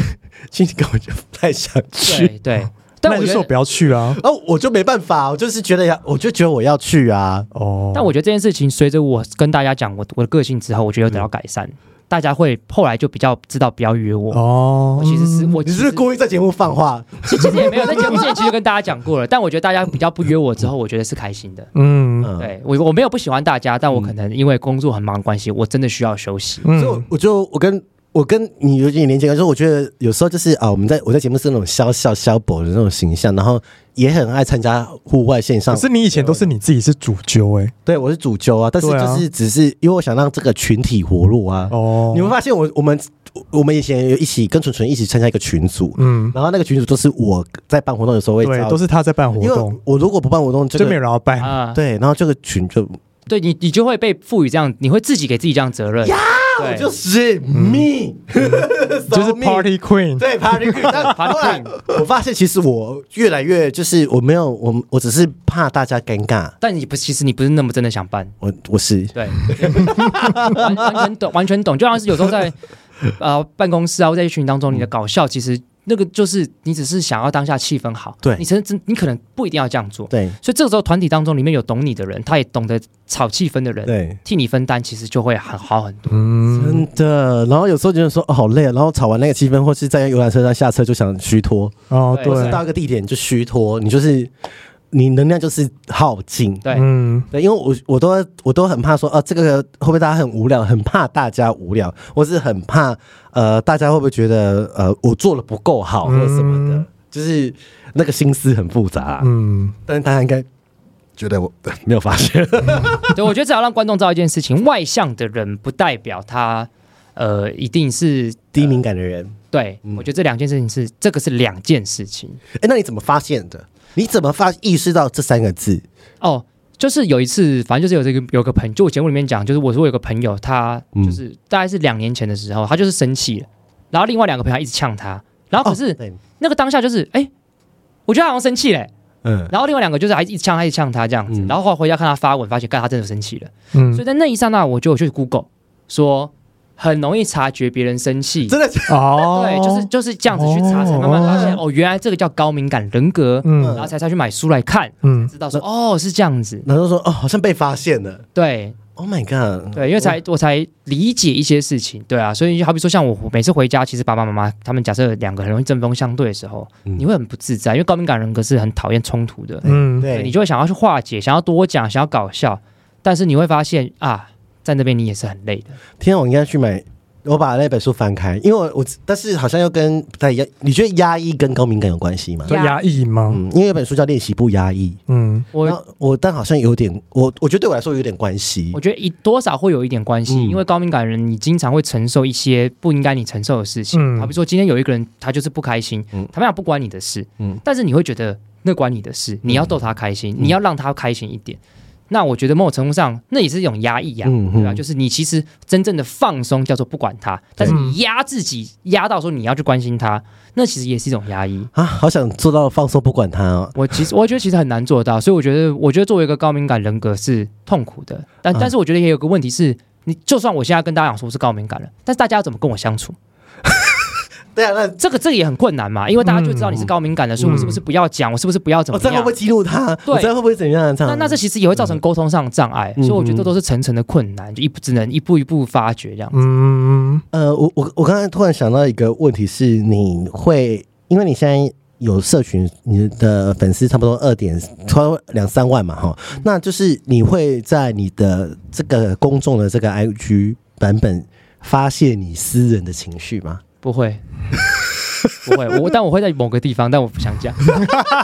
[SPEAKER 1] 其实根本就不太想去，
[SPEAKER 3] 对对，但
[SPEAKER 2] 那
[SPEAKER 3] 我
[SPEAKER 2] 就
[SPEAKER 3] 觉
[SPEAKER 2] 说
[SPEAKER 3] 得
[SPEAKER 2] 不要去啊。
[SPEAKER 1] 然哦后我就没办法，我就是觉得要，我就觉得我要去啊。
[SPEAKER 2] 哦，
[SPEAKER 3] 但我觉得这件事情，随着我跟大家讲我我的个性之后，我觉得有得到改善，大家会后来就比较知道不要约我。
[SPEAKER 2] 哦
[SPEAKER 3] 我，其实是我
[SPEAKER 1] 你是
[SPEAKER 3] 其实
[SPEAKER 1] 不是故意在节目放话？
[SPEAKER 3] 其实也没有在节目之前其实就跟大家讲过了，但我觉得大家比较不约我之后，我觉得是开心的。
[SPEAKER 2] 嗯
[SPEAKER 1] 嗯，
[SPEAKER 3] 对我我没有不喜欢大家，但我可能因为工作很忙的关系，我真的需要休息。
[SPEAKER 1] 所以我
[SPEAKER 2] 嗯，
[SPEAKER 1] 我就我跟我跟你有点连接，就是我觉得有时候就是啊，我们在我在节目是那种消笑消薄的那种形象，然后也很爱参加户外线上
[SPEAKER 2] 可，是你以前都是你自己是主揪哎。
[SPEAKER 1] 对我是主揪啊，但是
[SPEAKER 2] 对啊
[SPEAKER 1] 就是只是因为我想让这个群体活络啊。
[SPEAKER 2] 哦，
[SPEAKER 1] 你会发现我我们我们以前有一起跟纯纯一起参加一个群组，
[SPEAKER 2] 嗯，
[SPEAKER 1] 然后那个群组都是我在办活动的时候会
[SPEAKER 2] 对，
[SPEAKER 1] 找
[SPEAKER 2] 都是他在办活
[SPEAKER 1] 因为
[SPEAKER 2] 动，
[SPEAKER 1] 我如果不办活动，这
[SPEAKER 2] 就没有
[SPEAKER 1] 个
[SPEAKER 2] 人要办。
[SPEAKER 3] 啊，
[SPEAKER 1] 对，然后这个群就
[SPEAKER 3] 对你你就会被赋予这样，你会自己给自己这样责任。对，
[SPEAKER 1] 就是 me，
[SPEAKER 2] 嗯就
[SPEAKER 1] 就是
[SPEAKER 2] Party Queen，
[SPEAKER 1] 对 party queen，但
[SPEAKER 3] Party
[SPEAKER 1] 后来
[SPEAKER 3] queen
[SPEAKER 1] 我发现其实我越来越就是我没有我我只是怕大家尴尬，
[SPEAKER 3] 但你不，其实你不是那么真的想办。
[SPEAKER 1] 我我是
[SPEAKER 3] 对，完 完全懂，完全懂，就像是有时候 在呃办公室啊，或在一群当
[SPEAKER 1] 嗯
[SPEAKER 3] 中，你的搞笑其实那个就是你只是想要当下气氛好，
[SPEAKER 1] 对
[SPEAKER 3] 你真真你可能不一定要这样做，
[SPEAKER 1] 对
[SPEAKER 3] 所以这个时候团体当中里面有懂你的人，他也懂得炒气氛的人，
[SPEAKER 1] 对。
[SPEAKER 3] 替你分担，其实就会很好很多。
[SPEAKER 2] 嗯，
[SPEAKER 1] 真的，然后有时候觉得说哦好累，然后吵完那个气氛，或是在游览车上下车就想虚脱，
[SPEAKER 2] 哦
[SPEAKER 3] 对
[SPEAKER 1] 或是
[SPEAKER 2] 对，
[SPEAKER 1] 到一个地点就虚脱，你就是你能量就是耗尽。
[SPEAKER 3] 对，
[SPEAKER 2] 嗯
[SPEAKER 1] 对，因为我我都我都很怕说啊，这个会不会大家很无聊？很怕大家无聊，或是很怕呃，大家会不会觉得呃，我做的不够好或什么的？
[SPEAKER 2] 嗯
[SPEAKER 1] 就是那个心思很复杂、
[SPEAKER 2] 嗯，
[SPEAKER 1] 但是大家应该觉得我呃没有发现，
[SPEAKER 3] 对，我觉得只要让观众知道一件事情：外向的人不代表他呃一定是
[SPEAKER 1] 低敏感的人。
[SPEAKER 3] 对。
[SPEAKER 1] 嗯
[SPEAKER 3] 我觉得这两件事情是这个是两件事情
[SPEAKER 1] 哎，那你怎么发现的？你怎么发意识到这三个字？
[SPEAKER 3] 哦。就是有一次，反正就是有这个有个朋友，就我节目里面讲，就是我说我有个朋友，他
[SPEAKER 1] 嗯
[SPEAKER 3] 就是、大概是两年前的时候，他就是生气了，然后另外两个朋友一直呛他，然后可是、
[SPEAKER 1] 哦对
[SPEAKER 3] 那个当下就是，哎、我觉得他好像生气嘞、
[SPEAKER 1] 嗯，
[SPEAKER 3] 然后另外两个就是还一直呛他，一直呛他这样子，
[SPEAKER 1] 嗯
[SPEAKER 3] 然后后来回家看他发文，发现干他真的生气了。
[SPEAKER 2] 嗯
[SPEAKER 3] 所以在那一刹那，我就有去 Google 说，很容易察觉别人生气。
[SPEAKER 1] 真的
[SPEAKER 2] 哦，
[SPEAKER 3] 对，就是就是这样子去查，才慢慢发现哦，原来这个叫高敏感人格，然
[SPEAKER 2] 嗯
[SPEAKER 3] 后才才去买书来看，
[SPEAKER 2] 嗯，
[SPEAKER 3] 知道说哦是这样子。
[SPEAKER 1] 然后说哦，好像被发现了。
[SPEAKER 3] 对
[SPEAKER 1] Oh my god！
[SPEAKER 3] 对，因为才我才理解一些事情，对啊，所以就好比说像我每次回家，其实爸爸妈妈他们假设两个很容易针锋相对的时候，
[SPEAKER 1] 嗯
[SPEAKER 3] 你会很不自在，因为高敏感人格是很讨厌冲突的。
[SPEAKER 2] 嗯，
[SPEAKER 1] 对，
[SPEAKER 3] 对你就会想要去化解，想要多讲，想要搞笑，但是你会发现啊，在那边你也是很累的。
[SPEAKER 1] 天啊，我应该去买。我把那本书翻开，因为我我但是好像又跟不太一样。你觉得压抑跟高敏感有关系吗？
[SPEAKER 2] 会压抑吗？
[SPEAKER 1] 嗯，因为有本书叫《练习不压抑》，
[SPEAKER 2] 嗯
[SPEAKER 1] 然
[SPEAKER 3] 我
[SPEAKER 1] 后我但好像有点，我我觉得对我来说有点关系
[SPEAKER 3] 我。觉得一多少会有一点关系，
[SPEAKER 1] 嗯
[SPEAKER 3] 因为高敏感人你经常会承受一些不应该你承受的事情，
[SPEAKER 2] 嗯
[SPEAKER 3] 好比说今天有一个人他就是不开心，
[SPEAKER 1] 嗯
[SPEAKER 3] 他们俩不关你的事，
[SPEAKER 1] 嗯
[SPEAKER 3] 但是你会觉得那关你的事，你要逗他开心，你要让他开心一点。那我觉得某种程度上，那也是一种压抑呀、啊
[SPEAKER 1] 嗯
[SPEAKER 3] 对吧？
[SPEAKER 1] 嗯
[SPEAKER 3] 就是你其实真正的放松叫做不管他，但是你压自己压到说你要去关心他，那其实也是一种压抑。
[SPEAKER 1] 啊，好想做到放松不管它哦。
[SPEAKER 3] 我其实我觉得其实很难做到，所以我觉得我觉得作为一个高敏感人格是痛苦的，但
[SPEAKER 1] 嗯
[SPEAKER 3] 但是我觉得也有个问题是，你就算我现在跟大家讲说我是高敏感人，但是大家要怎么跟我相处？
[SPEAKER 1] 对啊，那
[SPEAKER 3] 这个这个也很困难嘛，因为大家就知道你是高敏感的，所以我是不是不要讲，我是不是不要怎
[SPEAKER 1] 我嗯
[SPEAKER 3] 么
[SPEAKER 1] 哦这样会
[SPEAKER 3] 样
[SPEAKER 1] 不？会激怒他？
[SPEAKER 3] 对
[SPEAKER 1] 我这样会不会怎样？这
[SPEAKER 3] 那
[SPEAKER 1] 样
[SPEAKER 3] 那这其实也会造成沟通上的障碍，
[SPEAKER 1] 嗯
[SPEAKER 3] 所以我觉得这都是层层的困难，就一步只能一步一步发掘这样。
[SPEAKER 2] 嗯
[SPEAKER 1] 呃，我我我刚才突然想到一个问题是，你会因为你现在有社群，你的粉丝差不多二点超两三万嘛，哈，那就是你会在你的这个公众的这个 IG 版本发泄你私人的情绪吗？
[SPEAKER 3] 不会，不会，我但我会在某个地方，但我不想讲，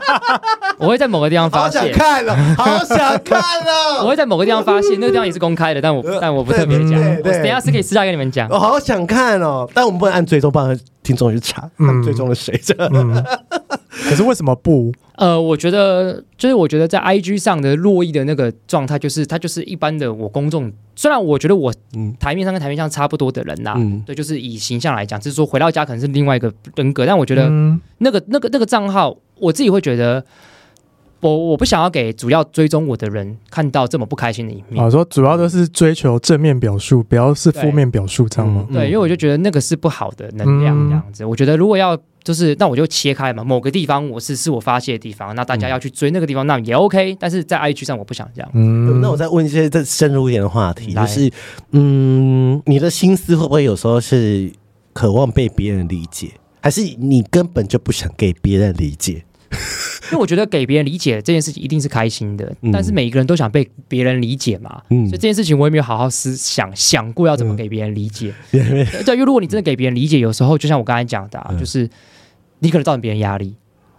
[SPEAKER 3] 我会在某个地方发
[SPEAKER 1] 好
[SPEAKER 3] 泄
[SPEAKER 1] 想。看了，好想看哦了，
[SPEAKER 3] 我会在某个地方发现，那个地方也是公开的，但我但我不特别讲，
[SPEAKER 1] 呃对对
[SPEAKER 3] 我
[SPEAKER 1] 对
[SPEAKER 3] 等一下是可以私下跟你们讲。
[SPEAKER 1] 我好想看哦，但我们不能按追踪，不然听众去查，
[SPEAKER 2] 嗯
[SPEAKER 1] 嗯，追踪了谁？这样
[SPEAKER 2] 嗯， 可是为什么不？
[SPEAKER 3] 呃，我觉得就是我觉得在 IG 上的洛伊的那个状态，就是他就是一般的我公众，虽然我觉得我
[SPEAKER 1] 嗯
[SPEAKER 3] 台面上跟台面上差不多的人呐、
[SPEAKER 1] 嗯
[SPEAKER 3] 对，就是以形象来讲，就是说回到家可能是另外一个人格，但我觉得
[SPEAKER 2] 嗯
[SPEAKER 3] 那个那个那个账号，我自己会觉得。我我不想要给主要追踪我的人看到这么不开心的一面，
[SPEAKER 2] 啊，说主要都是追求正面表述，不要是负面表述，这样吗？
[SPEAKER 3] 对，
[SPEAKER 1] 嗯
[SPEAKER 3] 因为我就觉得那个是不好的能量
[SPEAKER 2] 嗯
[SPEAKER 3] 这样子。我觉得如果要就是，那我就切开嘛，某个地方我是是我发泄的地方，那大
[SPEAKER 1] 嗯
[SPEAKER 3] 家要去追那个地方，那也 OK。但是在 IG 上我不想这样。
[SPEAKER 2] 嗯，
[SPEAKER 1] 那我再问一些再深入一点的话题，
[SPEAKER 3] 来
[SPEAKER 1] 就是，嗯，你的心思会不会有时候是渴望被别人理解，还是你根本就不想给别人理解？
[SPEAKER 3] 因为我觉得给别人理解这件事情一定是开心的，
[SPEAKER 1] 嗯
[SPEAKER 3] 但是每一个人都想被别人理解嘛，
[SPEAKER 1] 嗯
[SPEAKER 3] 所以这件事情我也没有好好思想想过要怎么给别人 理解。
[SPEAKER 1] 对
[SPEAKER 3] 对，因为如果你真的给别人理解，有时候就像我刚才讲的、啊，
[SPEAKER 1] 嗯
[SPEAKER 3] 就是你可能造成别人压力，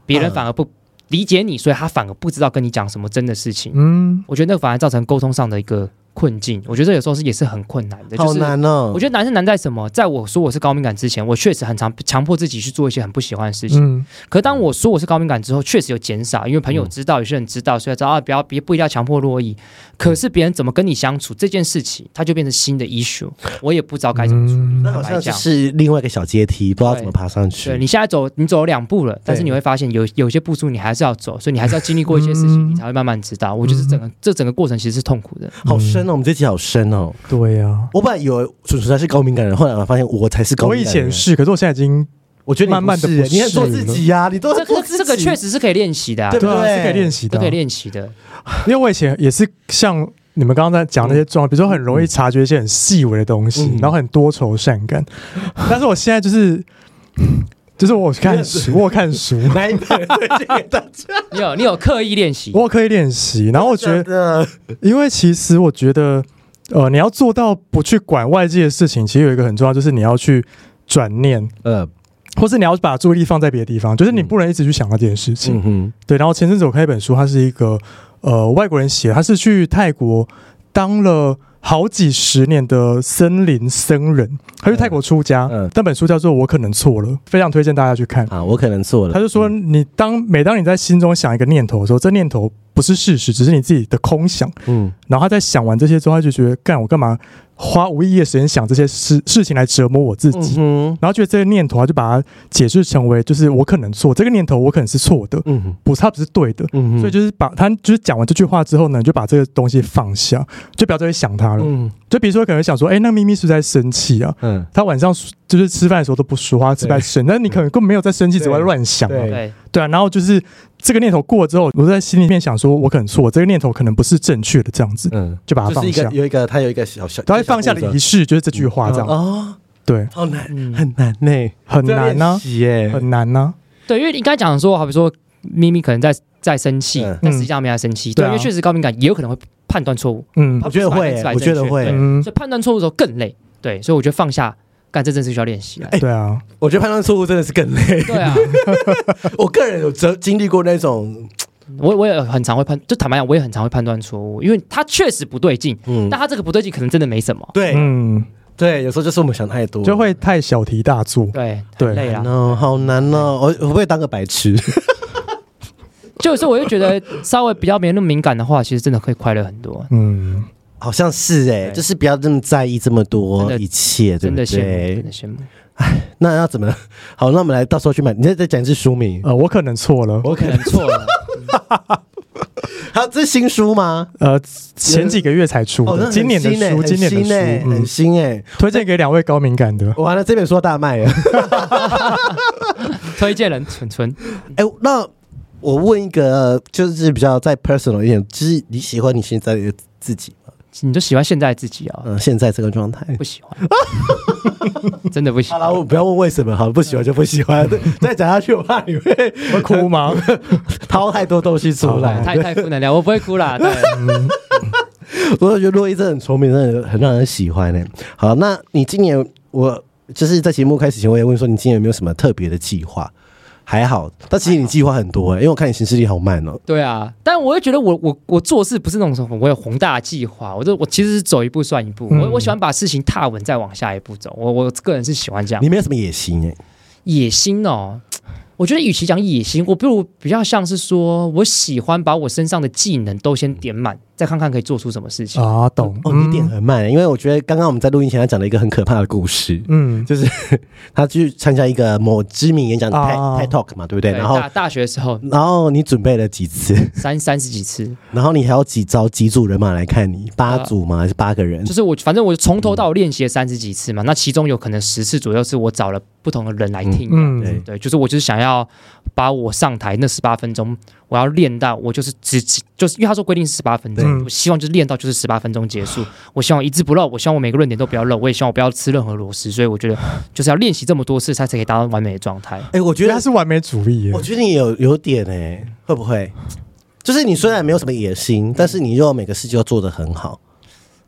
[SPEAKER 3] 别人
[SPEAKER 1] 嗯
[SPEAKER 3] 反而不理解你，所以他反而不知道跟你讲什么真的事情。
[SPEAKER 2] 嗯
[SPEAKER 3] 我觉得那个反而造成沟通上的一个困境。我觉得有时候是也是很困难的，就
[SPEAKER 1] 好
[SPEAKER 3] 是
[SPEAKER 1] 难哦
[SPEAKER 3] 我。觉得难是难在什么？在我说我是高敏感之前，我确实很常强迫自己去做一些很不喜欢的事情。
[SPEAKER 2] 嗯
[SPEAKER 3] 可当我说我是高敏感之后，确实有减少，因为朋友知道，有些人知道，所以他知道啊，不要别不一定要强迫落意。可是别人怎么跟你相处这件事情，它就变成新的 issue，我也不知道该怎么处理。
[SPEAKER 2] 嗯
[SPEAKER 1] 那好
[SPEAKER 3] 坦
[SPEAKER 1] 像
[SPEAKER 3] 白
[SPEAKER 1] 就
[SPEAKER 3] 讲
[SPEAKER 1] 是另外一个小阶梯，不知道
[SPEAKER 3] 对
[SPEAKER 1] 怎么爬上
[SPEAKER 3] 对
[SPEAKER 1] 去。
[SPEAKER 3] 你现在走，你走了两步了，但是你会发现有有些步数你还是要走，所以你还是要经历过一些事情，
[SPEAKER 2] 嗯
[SPEAKER 3] 你才会慢慢知道。我就是整个这整个过程其实是痛苦的。
[SPEAKER 1] 好深哦，我们这集好深哦。
[SPEAKER 2] 对呀，
[SPEAKER 1] 我本来以为纯纯才是高敏感人，后来我发现我才是高
[SPEAKER 2] 我
[SPEAKER 1] 敏
[SPEAKER 2] 以
[SPEAKER 1] 感人。
[SPEAKER 2] 前，是，可是我现在已经
[SPEAKER 1] 我觉得你
[SPEAKER 2] 慢慢地
[SPEAKER 1] 不是欸
[SPEAKER 2] 不是
[SPEAKER 1] 你很做自己呀，你都
[SPEAKER 3] 这
[SPEAKER 1] 在
[SPEAKER 3] 个
[SPEAKER 1] 做自己。
[SPEAKER 3] 这个 确，实是可以练习的、啊，
[SPEAKER 1] 对不
[SPEAKER 2] 啊，是可以练习
[SPEAKER 3] 都
[SPEAKER 2] 的啊
[SPEAKER 3] 可以，练习的。
[SPEAKER 2] 因为我以前也是像你们刚刚在讲那些状况，比如说很容易察觉一些很细微的东西，
[SPEAKER 1] 嗯
[SPEAKER 2] 然后很多愁善感，但是我现在就是。 就是我看书，我有看书，
[SPEAKER 1] 来一本推荐给大家。
[SPEAKER 3] 你有你有刻意练习，
[SPEAKER 2] 我有刻意练习。然后我觉得，
[SPEAKER 1] 得，
[SPEAKER 2] 因为其实我觉得，呃，你要做到不去管外界的事情，其实有一个很重要，就是你要去转念，
[SPEAKER 1] 呃，
[SPEAKER 2] 或是你要把注意力放在别的地方，就是你不能一直去想到这件事情。
[SPEAKER 1] 嗯哼，
[SPEAKER 2] 对，然后前阵子我看一本书，它是一个呃外国人写，他是去泰国当了好几十年的森林僧人，他去泰国出家。
[SPEAKER 1] 嗯嗯
[SPEAKER 2] 那本书叫做《我可能错了》，非常推荐大家去看。
[SPEAKER 1] 啊，我可能错了。
[SPEAKER 2] 他就说，你当每当你在心中想一个念头的时候，这念头不是事实，只是你自己的空想。
[SPEAKER 1] 嗯，
[SPEAKER 2] 然后他在想完这些之后，他就觉得，干我干嘛花无意义的时间想这些事事情来折磨我自己？
[SPEAKER 1] 嗯
[SPEAKER 2] 然后觉得这个念头，他啊就把它解释成为，就是我可能错，这个念头我可能是错的，
[SPEAKER 1] 嗯
[SPEAKER 2] 不是它不是对的。
[SPEAKER 1] 嗯
[SPEAKER 2] 所以就是把他就是讲完这句话之后呢，你就把这个东西放下，就不要再去想它了。
[SPEAKER 1] 嗯
[SPEAKER 2] 就比如说可能想说，哎、那咪咪是不是在生气啊？
[SPEAKER 1] 嗯，
[SPEAKER 2] 他晚上就是吃饭的时候都不说话，吃饭生，但你可能根本没有在生气，
[SPEAKER 1] 对
[SPEAKER 2] 只会乱想、啊
[SPEAKER 1] 对。
[SPEAKER 3] 对，
[SPEAKER 2] 对啊，然后就是这个念头过了之后，我在心里面想说，我可能错，这个念头可能不是正确的，这样子
[SPEAKER 1] 嗯，
[SPEAKER 2] 就把它
[SPEAKER 1] 就是
[SPEAKER 2] 放
[SPEAKER 1] 一个
[SPEAKER 2] 下。
[SPEAKER 1] 有一个，他有一个小小，
[SPEAKER 2] 他会放下的仪
[SPEAKER 1] 的
[SPEAKER 2] 式就是这句话，这样、
[SPEAKER 1] 哦，
[SPEAKER 2] 对，
[SPEAKER 1] 好难，
[SPEAKER 3] 嗯，
[SPEAKER 1] 很难呢，
[SPEAKER 2] 很难呢、
[SPEAKER 1] 耶，
[SPEAKER 2] 很难啊呢、
[SPEAKER 3] 对，因为你刚才讲说，好比说咪咪可能在在生气
[SPEAKER 1] 嗯，
[SPEAKER 3] 但实际上没在生气，
[SPEAKER 2] 对
[SPEAKER 3] 对，
[SPEAKER 2] 啊
[SPEAKER 3] 因为确实高敏感也有可能会判断错误，
[SPEAKER 2] 嗯
[SPEAKER 1] 我觉得会
[SPEAKER 3] 不是百
[SPEAKER 1] 我
[SPEAKER 3] 分
[SPEAKER 1] 觉
[SPEAKER 3] 之百
[SPEAKER 1] 得
[SPEAKER 3] 正确
[SPEAKER 1] 会
[SPEAKER 3] 对
[SPEAKER 2] 嗯，
[SPEAKER 3] 所以判断错误的时候更累，对，所以我觉得放下，干这真是需要练习
[SPEAKER 1] 哎
[SPEAKER 3] 啊，
[SPEAKER 2] 对啊，
[SPEAKER 1] 我觉得判断错误真的是更累。
[SPEAKER 3] 对啊，
[SPEAKER 1] 我个人有经经历过那种，
[SPEAKER 3] 我我也很常会判，就坦白讲，我也很常会判断错误，因为他确实不对劲，
[SPEAKER 1] 嗯
[SPEAKER 3] 但，他这个不对劲可能真的没什么，
[SPEAKER 1] 对
[SPEAKER 2] 嗯，
[SPEAKER 1] 对，有时候哎就是我们想太多，
[SPEAKER 2] 就会啊太小题大做。
[SPEAKER 3] 对，
[SPEAKER 2] 对
[SPEAKER 3] 很累啦。
[SPEAKER 1] 哦，好难哦，我我会不会当个白 痴？
[SPEAKER 3] 就是我就觉得稍微比较没那么敏感的话，其实真的可以快乐很多。
[SPEAKER 2] 嗯，
[SPEAKER 1] 好像是哎，
[SPEAKER 3] 对
[SPEAKER 1] 就是不要这么在意这么多
[SPEAKER 3] 真的
[SPEAKER 1] 一切， 对
[SPEAKER 3] 真
[SPEAKER 1] 不
[SPEAKER 3] 的羡慕，
[SPEAKER 1] 对
[SPEAKER 3] 真的？羡慕。
[SPEAKER 1] 那要怎么？好，那我们来到时候去买，你再再讲一次书名。
[SPEAKER 2] 呃，我可能错了。
[SPEAKER 1] 我
[SPEAKER 3] 我可能错了，
[SPEAKER 1] 好，这是新书吗？
[SPEAKER 2] 呃，前几个月才出
[SPEAKER 1] 哦，那
[SPEAKER 2] 的，
[SPEAKER 1] 很
[SPEAKER 2] 今年的
[SPEAKER 1] 新欸
[SPEAKER 2] 书，
[SPEAKER 1] 很
[SPEAKER 2] 今年的
[SPEAKER 1] 新欸
[SPEAKER 2] 书，
[SPEAKER 1] 很
[SPEAKER 2] 嗯，
[SPEAKER 1] 新哎。
[SPEAKER 2] 推荐给两位高敏感的。
[SPEAKER 1] 完了，这本书要大卖了。
[SPEAKER 3] 推荐人蠢蠢。
[SPEAKER 1] 哎、那我问一个，就是比较再 personal 一点，就是你喜欢你现在的自己吗？
[SPEAKER 3] 你就喜欢现在自己啊、
[SPEAKER 1] 嗯、现在这个状态。
[SPEAKER 3] 不喜欢，真的不喜
[SPEAKER 1] 好
[SPEAKER 3] 欢。
[SPEAKER 1] 了，我不要问为什么，好，不喜欢就不喜 欢。再讲下去，我怕你 会
[SPEAKER 2] 会哭吗？
[SPEAKER 1] 掏太多东西出来。
[SPEAKER 3] 太太负能量，我不会哭啦。对，
[SPEAKER 1] 我觉得洛伊真的很聪明，真的很让人喜欢呢、好，那你今年我就是在节目开始前，我也问说你今年有没有什么特别的计划？还好，但其实你计划很多、欸，因为我看你行事力好慢哦、
[SPEAKER 3] 对啊，但我会觉得我我我做事不是那种什么我有宏大的计划，我就我其实是走一步算一步，
[SPEAKER 2] 嗯
[SPEAKER 3] 我我喜欢把事情踏稳再往下一步走，我我个人是喜欢这样。
[SPEAKER 1] 你没有什么野心哎、
[SPEAKER 3] 野心哦，我觉得与其讲野心，我不如比较像是说我喜欢把我身上的技能都先点满，再看看可以做出什么事情。
[SPEAKER 2] 啊，懂。
[SPEAKER 1] 哦，你点很慢欸、因为我觉得刚刚我们在录音前他讲了一个很可怕的故事，
[SPEAKER 2] 嗯，
[SPEAKER 1] 就是他去参加一个某知名演讲的 TED、
[SPEAKER 2] 啊
[SPEAKER 1] TED Talk 嘛，对不对？然后
[SPEAKER 3] 大大学的时候
[SPEAKER 1] 然后你准备了几次，
[SPEAKER 3] 三三十几次，
[SPEAKER 1] 然后你还要几招几组人马来看你，八组吗？还是八个人
[SPEAKER 3] 就？是我反正我从头到尾练习了三十几次嘛，那其中有可能十次左右是我找了不同的人来听的，
[SPEAKER 2] 嗯
[SPEAKER 1] 对
[SPEAKER 3] 对，就是我就是想要把我上台那十八分钟，我要练到我就是只只就是因为他说规定是十八分
[SPEAKER 2] 嗯
[SPEAKER 3] 钟，我希望就是练到就是十八分钟结束。我希望一字不漏，我希望我每个论点都不要漏，我也希望我不要吃任何螺丝，所以我觉得就是要练习这么多次，才才可以达到完美的状态。
[SPEAKER 1] 哎、我觉
[SPEAKER 2] 觉得
[SPEAKER 1] 得
[SPEAKER 2] 他是完美主义耶
[SPEAKER 1] 我。觉得你有有点哎、会不会？就是你虽然没有什么野心，但是你又每个事情都做得很好，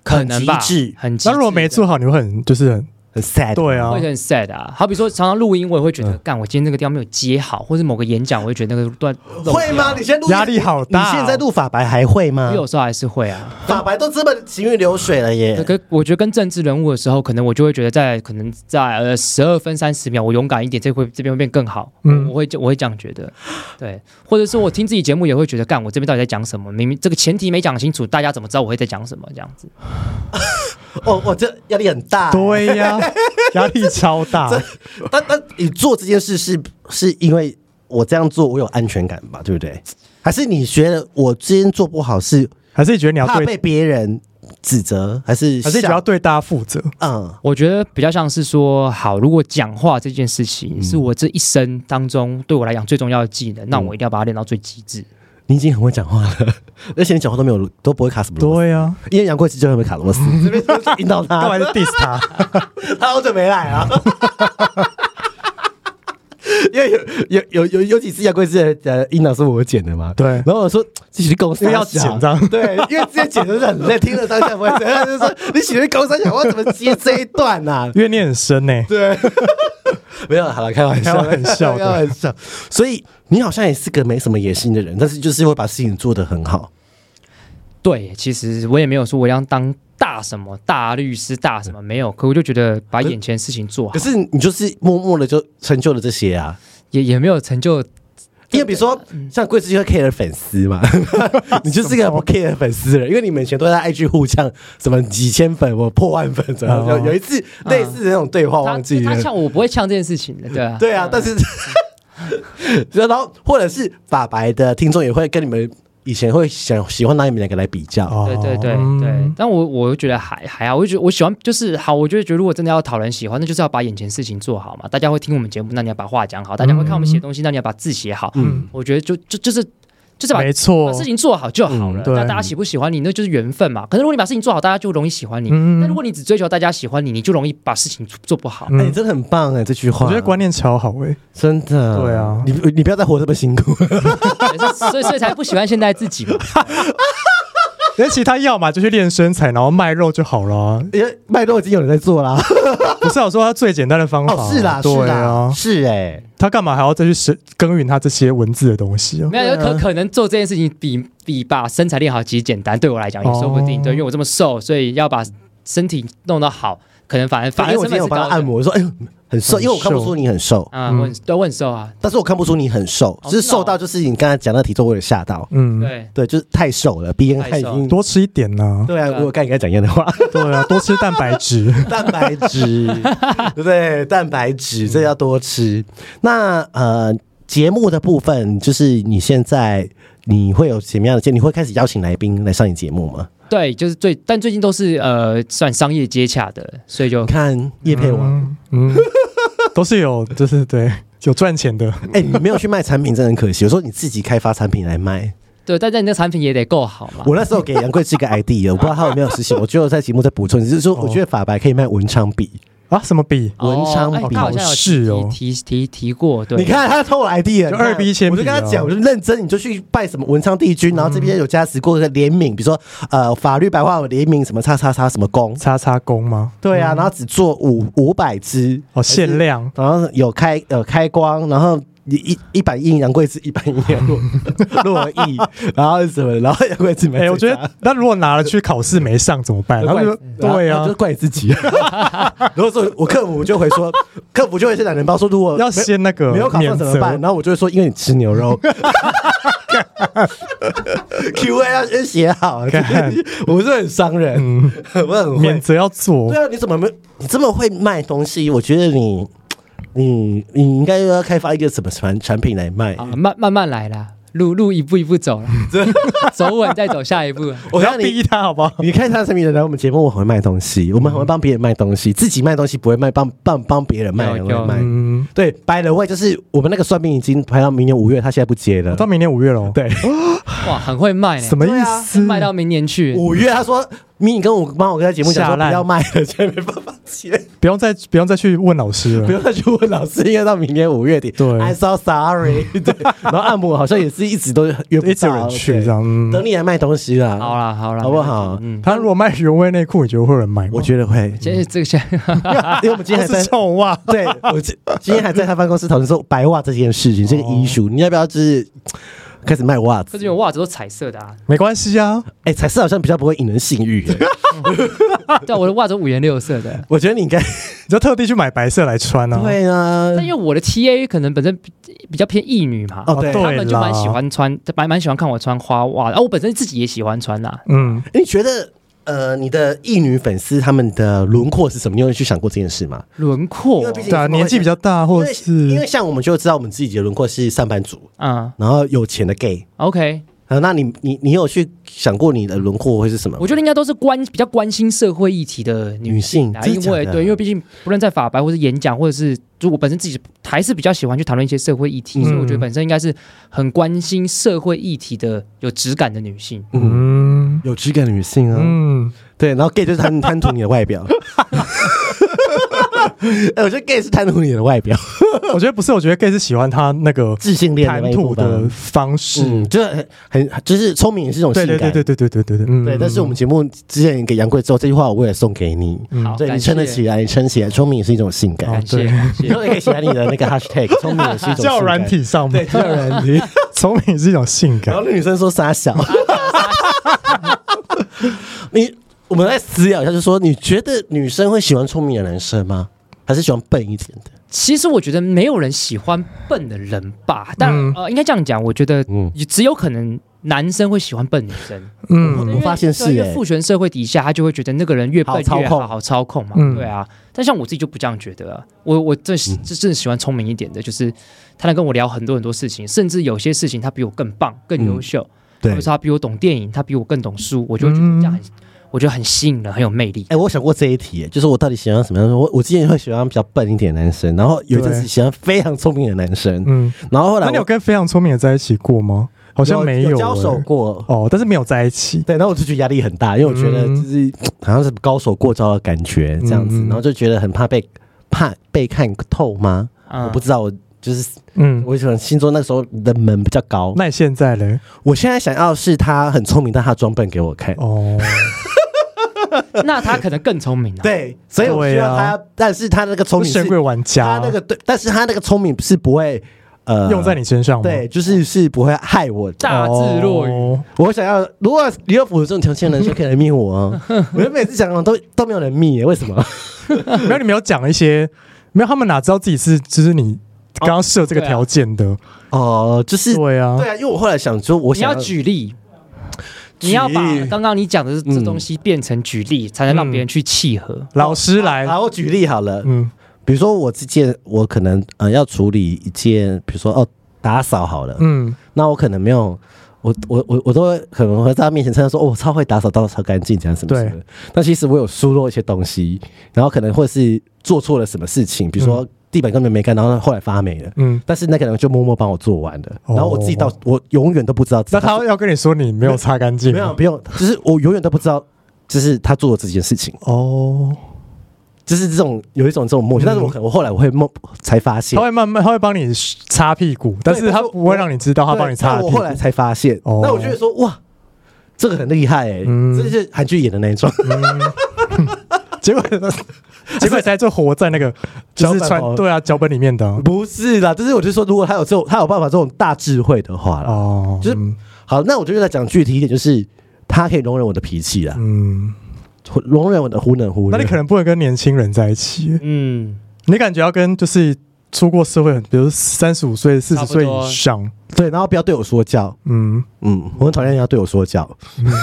[SPEAKER 3] 可能吧
[SPEAKER 1] 很极致，
[SPEAKER 3] 很极致
[SPEAKER 2] 那如果没做好，你会很就是很
[SPEAKER 1] 很 sad。
[SPEAKER 2] 对啊
[SPEAKER 3] 会，很 sad 啊。好比说，常常录音，我也会
[SPEAKER 2] 嗯
[SPEAKER 3] 觉得，干、我今天那个地方没有接好，或是某个演讲，我会觉得那个段
[SPEAKER 1] 会吗？你现在录
[SPEAKER 2] 压力好
[SPEAKER 1] 你
[SPEAKER 2] 大哦。
[SPEAKER 1] 现在录法白还会吗
[SPEAKER 3] 我？有时候还是会啊。
[SPEAKER 1] 法白都这么行云流水了耶！
[SPEAKER 3] 跟我觉得跟政治人物的时候，可能我就会觉得在可能在呃十二分三十秒，我勇敢一点，这会这边会变更好。
[SPEAKER 2] 嗯
[SPEAKER 3] 嗯，我会我会这样觉得，对，或者是我听自己节目也会觉得，干我这边到底在讲什么？明明这个前提没讲清楚，大家怎么知道我会在讲什么？这样子，
[SPEAKER 1] 哦，我这压力很大。，欸
[SPEAKER 2] 对 呀，压力超大。
[SPEAKER 1] 但但你做这件事是是因为我这样做我有安全感吧？对不对？还是你觉得我今天做不好是
[SPEAKER 2] 还是你觉得你要
[SPEAKER 1] 怕
[SPEAKER 2] 对，
[SPEAKER 1] 被别人指责，还是
[SPEAKER 2] 还是你觉得
[SPEAKER 1] 笑
[SPEAKER 2] 要对大家负责？
[SPEAKER 1] 嗯
[SPEAKER 3] 我觉得比较像是说，好，如果讲话这件事情是我这一生当中对我来讲最重要的技能，那我一定要把它练到最极致。
[SPEAKER 1] 你已经很会讲话了， 而且你讲话都没有都不会卡什么螺丝。
[SPEAKER 2] 对
[SPEAKER 3] 啊
[SPEAKER 2] 呀，
[SPEAKER 1] 因为杨贵妃就会被卡 螺丝，这边就是引导
[SPEAKER 2] 干
[SPEAKER 1] 他
[SPEAKER 2] 嘛，是 diss 他？
[SPEAKER 1] 他好久没来啊。 因为有有有有有几次杨贵妃的呃引导是我剪的嘛，
[SPEAKER 2] 对
[SPEAKER 1] 然后我说继续公司
[SPEAKER 2] 又要剪这样
[SPEAKER 1] 对，因为这些剪的是很累，听了当下不会怎样，就说你喜欢公司想我要怎么接这一段呐、啊？
[SPEAKER 2] 怨念很深欸呢。
[SPEAKER 1] 对，没有，好了，开玩笑，
[SPEAKER 2] 开玩笑的
[SPEAKER 1] 开玩笑。所以你好像也是个没什么野心的人，但是就是会把事情做得很好。
[SPEAKER 3] 对，其实我也没有说我要当大什么大律师、大什么，没有。可我就觉得把
[SPEAKER 1] 可是
[SPEAKER 3] 眼前事情做好
[SPEAKER 1] 可，是你就是默默的就成就了这些啊。
[SPEAKER 3] 也也没有成
[SPEAKER 1] 哦
[SPEAKER 3] 就。
[SPEAKER 1] 因为比如说，像贵司就会 care 粉丝嘛，你就是一个不 care 粉丝的人，因为你们以前都在 IG 互呛什么几千粉，我破万粉，怎么样？
[SPEAKER 2] 哦
[SPEAKER 1] 有有一次类似的那种对话，
[SPEAKER 3] 他
[SPEAKER 1] 忘记
[SPEAKER 3] 他
[SPEAKER 1] 了。
[SPEAKER 3] 像我不会呛这件事情的，对啊，
[SPEAKER 1] 对啊，但是， 然后或者是法白的听众也会跟你们以前会想喜欢拿你们两个来比较，
[SPEAKER 2] 哦
[SPEAKER 3] 对对对
[SPEAKER 2] 嗯
[SPEAKER 3] 对，但我我又觉得还还好，我就觉得我喜欢就是好，我就觉得如果真的要讨人喜欢，那就是要把眼前事情做好嘛。大家会听我们节目，那你要把话讲好；大家会看我
[SPEAKER 2] 嗯
[SPEAKER 3] 们写东西，那你要把字写好。
[SPEAKER 1] 嗯，
[SPEAKER 3] 我觉得就就就是就是把
[SPEAKER 2] 没错
[SPEAKER 3] 把，事情做好就好了
[SPEAKER 2] 嗯。对
[SPEAKER 3] 那大家喜不喜欢你，那就是缘分嘛。可是如果你把事情做好，大家就容易喜欢你；
[SPEAKER 2] 嗯
[SPEAKER 3] 但如果你只追求大家喜欢你，你就容易把事情做做 不好。
[SPEAKER 1] 哎，
[SPEAKER 2] 嗯
[SPEAKER 1] 你真的很棒哎，这句话，
[SPEAKER 2] 我觉得观念超好欸诶、
[SPEAKER 1] 真的，
[SPEAKER 2] 对啊
[SPEAKER 1] 你你不要再活这么辛苦，
[SPEAKER 3] 对所以所以所以才不喜欢现在自己嘛。
[SPEAKER 2] 因为其实他要嘛就去练身材，然后卖肉就好了啊、
[SPEAKER 1] 因为麦都已经有人在做啦，
[SPEAKER 2] 不是啊我说他最简单的方法啊、
[SPEAKER 1] 哦，是啦，是
[SPEAKER 2] 对
[SPEAKER 1] 啦，
[SPEAKER 2] 啊，
[SPEAKER 1] 是哎，
[SPEAKER 2] 他干嘛还要再去是耕耘他这些文字的东西啊？
[SPEAKER 3] 没有，有可可能做这件事情比比把身材练好其实简单，对我来讲也说不定。
[SPEAKER 2] 哦
[SPEAKER 3] 对，因为我这么瘦，所以要把身体弄得好，可能反而
[SPEAKER 1] 反
[SPEAKER 3] 反而
[SPEAKER 1] 正我
[SPEAKER 3] 成
[SPEAKER 1] 今天
[SPEAKER 3] 本
[SPEAKER 1] 有
[SPEAKER 3] 是
[SPEAKER 1] 帮
[SPEAKER 3] 高
[SPEAKER 1] 他按
[SPEAKER 3] 的。
[SPEAKER 1] 摩，我说哎呦很瘦，
[SPEAKER 2] 很
[SPEAKER 1] 因为我看不
[SPEAKER 2] 瘦
[SPEAKER 1] 出你很瘦。
[SPEAKER 3] 啊，问对问瘦啊，
[SPEAKER 1] 但是我看不出你很瘦，
[SPEAKER 3] 哦
[SPEAKER 1] 只是
[SPEAKER 3] 真的哦
[SPEAKER 1] 瘦到就是你刚才讲到体重，我有吓到。
[SPEAKER 2] 嗯，
[SPEAKER 3] 对，
[SPEAKER 1] 对，就是太瘦了，鼻炎
[SPEAKER 3] 太
[SPEAKER 1] 已
[SPEAKER 3] 瘦
[SPEAKER 1] 经。
[SPEAKER 2] 多吃一点呢、
[SPEAKER 1] 对啊，
[SPEAKER 3] 对啊
[SPEAKER 1] 我有刚才跟他讲一样的话，
[SPEAKER 2] 对啊，多吃蛋白 质。
[SPEAKER 1] 蛋白 质，对不对？蛋白
[SPEAKER 3] 嗯
[SPEAKER 1] 质这要多吃。那呃，节目的部分就是你现在你会有什么样的建议？你会开始邀请来宾来上你节目吗？
[SPEAKER 3] 对，就是最，但最近都是呃算商业接洽的，所以就
[SPEAKER 1] 你看叶佩王，
[SPEAKER 2] 嗯，嗯，都是有，就是对有赚钱的，
[SPEAKER 1] 哎、你没有去卖产品，真的很可惜。有时候你自己开发产品来卖。
[SPEAKER 3] 对，但但你的产品也得够好嘛。
[SPEAKER 1] 我那时候给杨贵志一个 idea，我不知道他有没有实行。我最后在节目再补充，就是说
[SPEAKER 2] 哦
[SPEAKER 1] 我觉得法白可以卖文昌笔。
[SPEAKER 2] 啊，什么笔？
[SPEAKER 3] 哦
[SPEAKER 1] 文昌
[SPEAKER 3] 哎
[SPEAKER 1] 笔
[SPEAKER 3] 他好像有
[SPEAKER 2] 是哦
[SPEAKER 3] 提提提提过，对，
[SPEAKER 1] 你看他偷我 idea，
[SPEAKER 2] 就
[SPEAKER 1] 你看
[SPEAKER 2] 二 B 铅
[SPEAKER 1] 我就
[SPEAKER 2] 笔
[SPEAKER 1] 跟他
[SPEAKER 2] 啊
[SPEAKER 1] 讲，我就认真，你就去拜什么文昌帝君，然后这边有加持过的联名，比如说呃法律白话文联名什么叉叉叉什么公，
[SPEAKER 2] 叉叉工吗？嗯
[SPEAKER 1] 对啊，然后只做五五百只，
[SPEAKER 2] 哦，限量。
[SPEAKER 1] 然后有开呃开光，然后。一一一版印杨贵枝，一版印洛洛 邑，然后什么，然后杨贵枝没
[SPEAKER 2] 哎、
[SPEAKER 1] 有。
[SPEAKER 2] 我觉得那如果拿了去考试没上怎么办？然后就对
[SPEAKER 1] 然后
[SPEAKER 2] 啊
[SPEAKER 1] 啊就，怪自 己。如果说我客服就会说，客服就会是懒人包说，如果
[SPEAKER 2] 要先那个
[SPEAKER 1] 没有考上
[SPEAKER 2] 免
[SPEAKER 1] 怎么
[SPEAKER 2] 责，
[SPEAKER 1] 办？然后我就会说，因为你吃牛 肉。Q A 要先写好，
[SPEAKER 2] 干
[SPEAKER 1] 我是很伤人，
[SPEAKER 2] 嗯，
[SPEAKER 1] 我很
[SPEAKER 2] 免
[SPEAKER 1] 会。
[SPEAKER 2] 责要做
[SPEAKER 1] 对。啊，你怎么没你这么会卖东西？我觉得你你你应该要开发一个什么产产品来卖
[SPEAKER 3] 好。慢慢慢来啦，路路一步一步走啦， 走稳再走下一步。
[SPEAKER 1] 我
[SPEAKER 2] 不要
[SPEAKER 1] 看
[SPEAKER 2] 逼
[SPEAKER 1] 你。
[SPEAKER 2] 他好不好？
[SPEAKER 1] 你看他的产品来我们节目，我很会卖东西，我们很会帮别人卖东西，自己卖东西不会卖，帮帮帮别人卖，
[SPEAKER 3] 有
[SPEAKER 1] 很会
[SPEAKER 3] 有
[SPEAKER 1] 卖。
[SPEAKER 2] 嗯，
[SPEAKER 1] 对，by the way，就是我们那个算命已经排到明年五月，他现在不接了
[SPEAKER 2] 到。明年五月了，
[SPEAKER 1] 对，
[SPEAKER 3] 哇，很会
[SPEAKER 1] 哎
[SPEAKER 3] 卖呢，
[SPEAKER 2] 什么意思？
[SPEAKER 3] 卖啊到明年去？
[SPEAKER 1] 五月他说，迷你跟我妈，我跟他节目讲说
[SPEAKER 2] 下
[SPEAKER 1] 不
[SPEAKER 2] 烂
[SPEAKER 1] 要卖了，现在没办法 接，
[SPEAKER 2] 不用再不用再去问老师
[SPEAKER 1] 不
[SPEAKER 2] 了。
[SPEAKER 1] 用再去问老师，因为到明年五月底。
[SPEAKER 2] 对
[SPEAKER 1] ，I'm so sorry。对，然后按摩好像也是一直都约不到，
[SPEAKER 2] 一直有人去
[SPEAKER 1] 对
[SPEAKER 2] 这样嗯
[SPEAKER 1] 等你来卖东西啦。
[SPEAKER 3] 好啦好啦，
[SPEAKER 1] 好不好
[SPEAKER 3] 没问题嗯，
[SPEAKER 2] 他如果卖原味内裤，你觉得会有人买吗？
[SPEAKER 1] 我觉得会，
[SPEAKER 3] 现在这个现在
[SPEAKER 1] 因为我们今天还
[SPEAKER 2] 嗯 都
[SPEAKER 1] 在。
[SPEAKER 2] 是臭 袜。
[SPEAKER 1] 对，我今今天还在他办公室讨论说白袜这件事情，这
[SPEAKER 2] 哦
[SPEAKER 1] 个医术，你要不要就是开始卖袜
[SPEAKER 3] 可
[SPEAKER 1] 子
[SPEAKER 3] 是？有袜子都彩色的啊，
[SPEAKER 2] 没关系啊，
[SPEAKER 1] 哎，彩色好像比较不会引人性欲。哎
[SPEAKER 3] 对啊，我的袜子五颜六色的。
[SPEAKER 1] 我觉得你应该
[SPEAKER 2] 你就特地去买白色来穿啊。
[SPEAKER 1] 对啊，
[SPEAKER 3] 但因为我的 T A 可能本身比比较偏异女嘛，
[SPEAKER 1] 哦
[SPEAKER 2] 哦，
[SPEAKER 1] 对
[SPEAKER 3] 他们就蛮喜
[SPEAKER 2] 啦。
[SPEAKER 3] 欢穿，蛮蛮喜欢看我穿花袜的。啊，我本身自己也喜欢穿啦。
[SPEAKER 2] 嗯，
[SPEAKER 1] 你觉得呃，你的异女粉丝他们的轮廓是什么？你有去想过这件事吗？
[SPEAKER 3] 轮廓
[SPEAKER 1] 因为
[SPEAKER 3] 哦，
[SPEAKER 1] 毕竟
[SPEAKER 2] 对啊，年纪比较大，
[SPEAKER 1] 因
[SPEAKER 2] 或
[SPEAKER 1] 为
[SPEAKER 2] 者
[SPEAKER 1] 因为
[SPEAKER 2] 是
[SPEAKER 1] 像我们就知道我们自己的轮廓是上班族，
[SPEAKER 3] 嗯
[SPEAKER 1] 然后有钱的 gay。
[SPEAKER 3] ，OK，
[SPEAKER 1] 啊，那你你你有去想过你的轮廓会是什么吗？
[SPEAKER 3] 我觉得应该都是关比较关心社会议题的
[SPEAKER 1] 女
[SPEAKER 3] 女
[SPEAKER 1] 性，
[SPEAKER 3] 啊，
[SPEAKER 1] 真的
[SPEAKER 3] 因为
[SPEAKER 1] 假的
[SPEAKER 3] 对，因为毕竟不论在法白或是演讲，或者是就我本身自己还是比较喜欢去谈论一些社会议题，
[SPEAKER 2] 嗯
[SPEAKER 3] 所以我觉得本身应该是很关心社会议题的有质感的女性。
[SPEAKER 1] 嗯，
[SPEAKER 2] 嗯
[SPEAKER 1] 有质感的女性啊，
[SPEAKER 2] 嗯，
[SPEAKER 1] 对，然后哦 gay 就是贪贪图你的外表。哎，我觉得 gay 是贪图你的外表，
[SPEAKER 2] 我觉得不是，我觉得 gay 是喜欢他 那个
[SPEAKER 1] 自信恋的那
[SPEAKER 2] 谈
[SPEAKER 1] 一部
[SPEAKER 2] 吐的
[SPEAKER 1] 分，
[SPEAKER 2] 方式。
[SPEAKER 1] 嗯，就是很很就是聪明也是一种性
[SPEAKER 2] 对
[SPEAKER 1] 感，
[SPEAKER 2] 对对对对对对对对，嗯
[SPEAKER 1] 对，但是我们节目之前给杨贵之后，这句话我为了送给你，
[SPEAKER 2] 嗯
[SPEAKER 3] 好，
[SPEAKER 1] 对
[SPEAKER 3] 感
[SPEAKER 1] 你
[SPEAKER 3] 谢
[SPEAKER 1] 撑得起来，你哦撑起来，聪明也是一种性
[SPEAKER 2] 好
[SPEAKER 1] 感
[SPEAKER 3] 感。谢
[SPEAKER 2] 对
[SPEAKER 3] 感
[SPEAKER 1] 以后
[SPEAKER 3] 谢。
[SPEAKER 1] 也可以写在你的那个 hashtag，聪明也是一种性感
[SPEAKER 2] 叫软，体上面，
[SPEAKER 1] 对，叫软体。
[SPEAKER 2] 聪明是一种性
[SPEAKER 1] 然
[SPEAKER 2] 感
[SPEAKER 1] 后，那女生说傻小，你我们来私聊一下，就说你觉得女生会喜欢聪明的男生吗？还是喜欢笨一点的？
[SPEAKER 3] 其实我觉得没有人喜欢笨的人吧，但、
[SPEAKER 2] 嗯
[SPEAKER 3] 呃，应该这样讲，我觉得
[SPEAKER 1] 嗯，
[SPEAKER 3] 只有可能男生会喜欢笨女生。
[SPEAKER 1] 我
[SPEAKER 2] 嗯
[SPEAKER 1] 发现是
[SPEAKER 3] 因为
[SPEAKER 1] 欸
[SPEAKER 3] 父权社会底下，他就会觉得那个人越笨
[SPEAKER 1] 好
[SPEAKER 3] 越
[SPEAKER 1] 操
[SPEAKER 3] 好，
[SPEAKER 1] 控
[SPEAKER 3] 好操控嘛，
[SPEAKER 2] 嗯
[SPEAKER 3] 对啊。但像我自己就不这样觉得啊，我我这这真的喜欢聪明一点的，就是他能跟我聊很多很多事情，甚至有些事情他比我更棒、更优秀，或
[SPEAKER 1] 嗯对
[SPEAKER 3] 者。是他比我懂电影，他比我更懂书，我就会觉得
[SPEAKER 2] 嗯
[SPEAKER 3] 这样很，我觉得很吸引人，很有魅力。
[SPEAKER 1] 哎、我想过这一题，就是我到底喜欢什么样的？我我之前会喜欢比较笨一点的男生，然后有一阵子
[SPEAKER 2] 对
[SPEAKER 1] 喜欢非常聪明的男生，
[SPEAKER 2] 嗯，
[SPEAKER 1] 然后后来
[SPEAKER 2] 那
[SPEAKER 1] 我
[SPEAKER 2] 你有跟非常聪明的在一起过吗？好像没
[SPEAKER 1] 有
[SPEAKER 2] 欸
[SPEAKER 1] 交手过，
[SPEAKER 2] 哦，但是没有在一起。
[SPEAKER 1] 对，然后我就觉得压力很大，因为我觉得就是、好像是高手过招的感觉这样子，
[SPEAKER 2] 嗯嗯嗯
[SPEAKER 1] 然后就觉得很怕被怕被看透吗？
[SPEAKER 3] 嗯
[SPEAKER 1] 哎我不知道，我就是
[SPEAKER 2] 嗯，
[SPEAKER 1] 我可能星座那时候的门比较高。
[SPEAKER 2] 那你现在嘞？
[SPEAKER 1] 我现在想要是他很聪明，但他装笨给我看。
[SPEAKER 2] 哦，
[SPEAKER 3] 嗯那他可能更 聪明啊。
[SPEAKER 1] 对，所以我希望他，但是他那个 聪
[SPEAKER 2] 是
[SPEAKER 1] 明
[SPEAKER 2] 神
[SPEAKER 1] 是
[SPEAKER 2] 鬼玩家，
[SPEAKER 1] 他那个对，但是他那个聪明是不会呃
[SPEAKER 2] 用在你身上吗？
[SPEAKER 1] 对，就是是不会害我的。
[SPEAKER 3] 大智若愚
[SPEAKER 2] 哦
[SPEAKER 1] 我想要，如果你有符合这种条件的人，就可以来密我啊！我就每次讲都都没有人密耶，为什么？
[SPEAKER 2] 没有，你没有讲一些，没有，他们哪知道自己是，就是你
[SPEAKER 3] 哦
[SPEAKER 2] 刚刚设这个
[SPEAKER 3] 啊
[SPEAKER 2] 条件的，
[SPEAKER 1] 哦、就是
[SPEAKER 2] 对啊
[SPEAKER 1] 对，啊，因为我后来想说，我
[SPEAKER 3] 你
[SPEAKER 1] 想
[SPEAKER 3] 要举例，你要把
[SPEAKER 1] 举例
[SPEAKER 3] 刚刚你讲的这这
[SPEAKER 1] 嗯
[SPEAKER 3] 东西变成举例，才能让别人去契合。
[SPEAKER 2] 老师来，
[SPEAKER 1] 好，我举例好了，
[SPEAKER 2] 嗯
[SPEAKER 1] 比如说我这件，我可能呃要处理一件，比如说哦打扫好了，
[SPEAKER 2] 嗯，
[SPEAKER 1] 那我可能没有。我我我我都会可能会在他面前称赞说，哦，我超会打扫，打扫超干净，这样什么什么的。但其实我有疏漏一些东西，然后可能会是做错了什么事情，比如说地板根本没干，然后后来发霉了。
[SPEAKER 2] 嗯
[SPEAKER 1] 但是那个人就默默帮我做完了，然后我自己到、
[SPEAKER 2] 哦
[SPEAKER 1] 我永远都不知道。
[SPEAKER 2] 那他要跟你说你没有擦干净，哦
[SPEAKER 1] 没有不用，就是我永远都不知道，就是他做的这件事情，
[SPEAKER 2] 哦，
[SPEAKER 1] 就是这种有一种这种默契。
[SPEAKER 2] 嗯
[SPEAKER 1] 但是我可能我后来我会默才发现
[SPEAKER 2] 他，会慢慢，他会帮你擦屁股，但是他
[SPEAKER 1] 但是
[SPEAKER 2] 不会让你知道他
[SPEAKER 1] 对
[SPEAKER 2] 帮你擦
[SPEAKER 1] 但
[SPEAKER 2] 的
[SPEAKER 1] 我
[SPEAKER 2] 屁
[SPEAKER 1] 后来
[SPEAKER 2] 股，
[SPEAKER 1] 才发现，
[SPEAKER 2] 哦
[SPEAKER 1] 那我就会说哇，这个很厉害哎、
[SPEAKER 2] 嗯
[SPEAKER 1] 这就是韩剧演的那一 种。
[SPEAKER 2] 结果 结果才就活在那个就是
[SPEAKER 1] 脚本
[SPEAKER 2] 穿
[SPEAKER 1] 哦
[SPEAKER 2] 对啊脚本里面 的啊
[SPEAKER 1] 不是啦，就是我就说，如果他有这种他有办法这种大智慧的话啦，
[SPEAKER 2] 哦，
[SPEAKER 1] 就是
[SPEAKER 2] 嗯
[SPEAKER 1] 好，那我就再讲具体一点，就是他可以容忍我的脾气啦，
[SPEAKER 2] 嗯，
[SPEAKER 1] 容忍我的忽冷忽热。
[SPEAKER 2] 那你可能不能跟年轻人在一起，
[SPEAKER 3] 嗯，
[SPEAKER 2] 你感觉要跟就是出过社会很，比如三十五岁、四
[SPEAKER 3] 差
[SPEAKER 2] 十
[SPEAKER 3] 不多
[SPEAKER 2] 岁以上，
[SPEAKER 1] 对，然后不要对我说教，
[SPEAKER 2] 嗯，
[SPEAKER 1] 嗯，我很讨厌人家对我说教。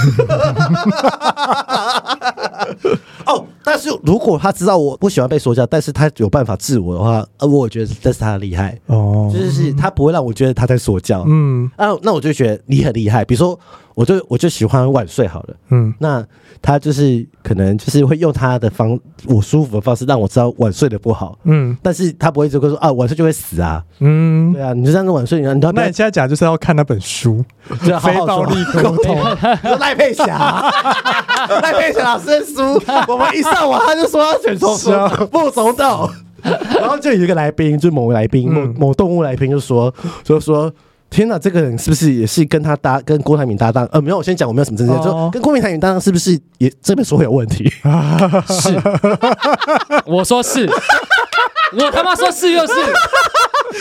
[SPEAKER 1] 哦，但是如果他知道我不喜欢被说教，但是他有办法治我的话，呃，我觉得这是他的厉害，
[SPEAKER 2] 哦，
[SPEAKER 1] 就是他不会让我觉得他在说教。
[SPEAKER 2] 嗯
[SPEAKER 1] 啊，那我就觉得你很厉害。比如说，我就我就喜欢晚睡好了，
[SPEAKER 2] 嗯，
[SPEAKER 1] 那他就是可能就是会用他的方我舒服的方式让我知道晚睡的不好，
[SPEAKER 2] 嗯
[SPEAKER 1] 但是他不会就跟我说啊晚睡就会死啊，
[SPEAKER 2] 嗯
[SPEAKER 1] 对，啊，你就这样子晚睡，你你要不
[SPEAKER 2] 那
[SPEAKER 1] 要
[SPEAKER 2] 你现在讲就是要看那本书
[SPEAKER 1] 就要
[SPEAKER 2] 《
[SPEAKER 1] 好
[SPEAKER 2] 非
[SPEAKER 1] 好
[SPEAKER 2] 暴
[SPEAKER 1] 说
[SPEAKER 2] 力沟通》
[SPEAKER 1] 你 说赖佩霞，赖佩霞老师的书，我们一上网他就说要选总
[SPEAKER 2] 是啊
[SPEAKER 1] 统、副总统，然后就有一个来宾，就某来宾、某
[SPEAKER 2] 嗯
[SPEAKER 1] 某动物来宾就说，就说。天呐，这个人是不是也是跟他搭跟郭台铭搭档？呃，没有，我先讲，我没有什么证件，
[SPEAKER 2] 哦
[SPEAKER 1] 就跟郭台铭搭档是不是也这本书会有问题？
[SPEAKER 3] 是，我说是，我他妈说是就是。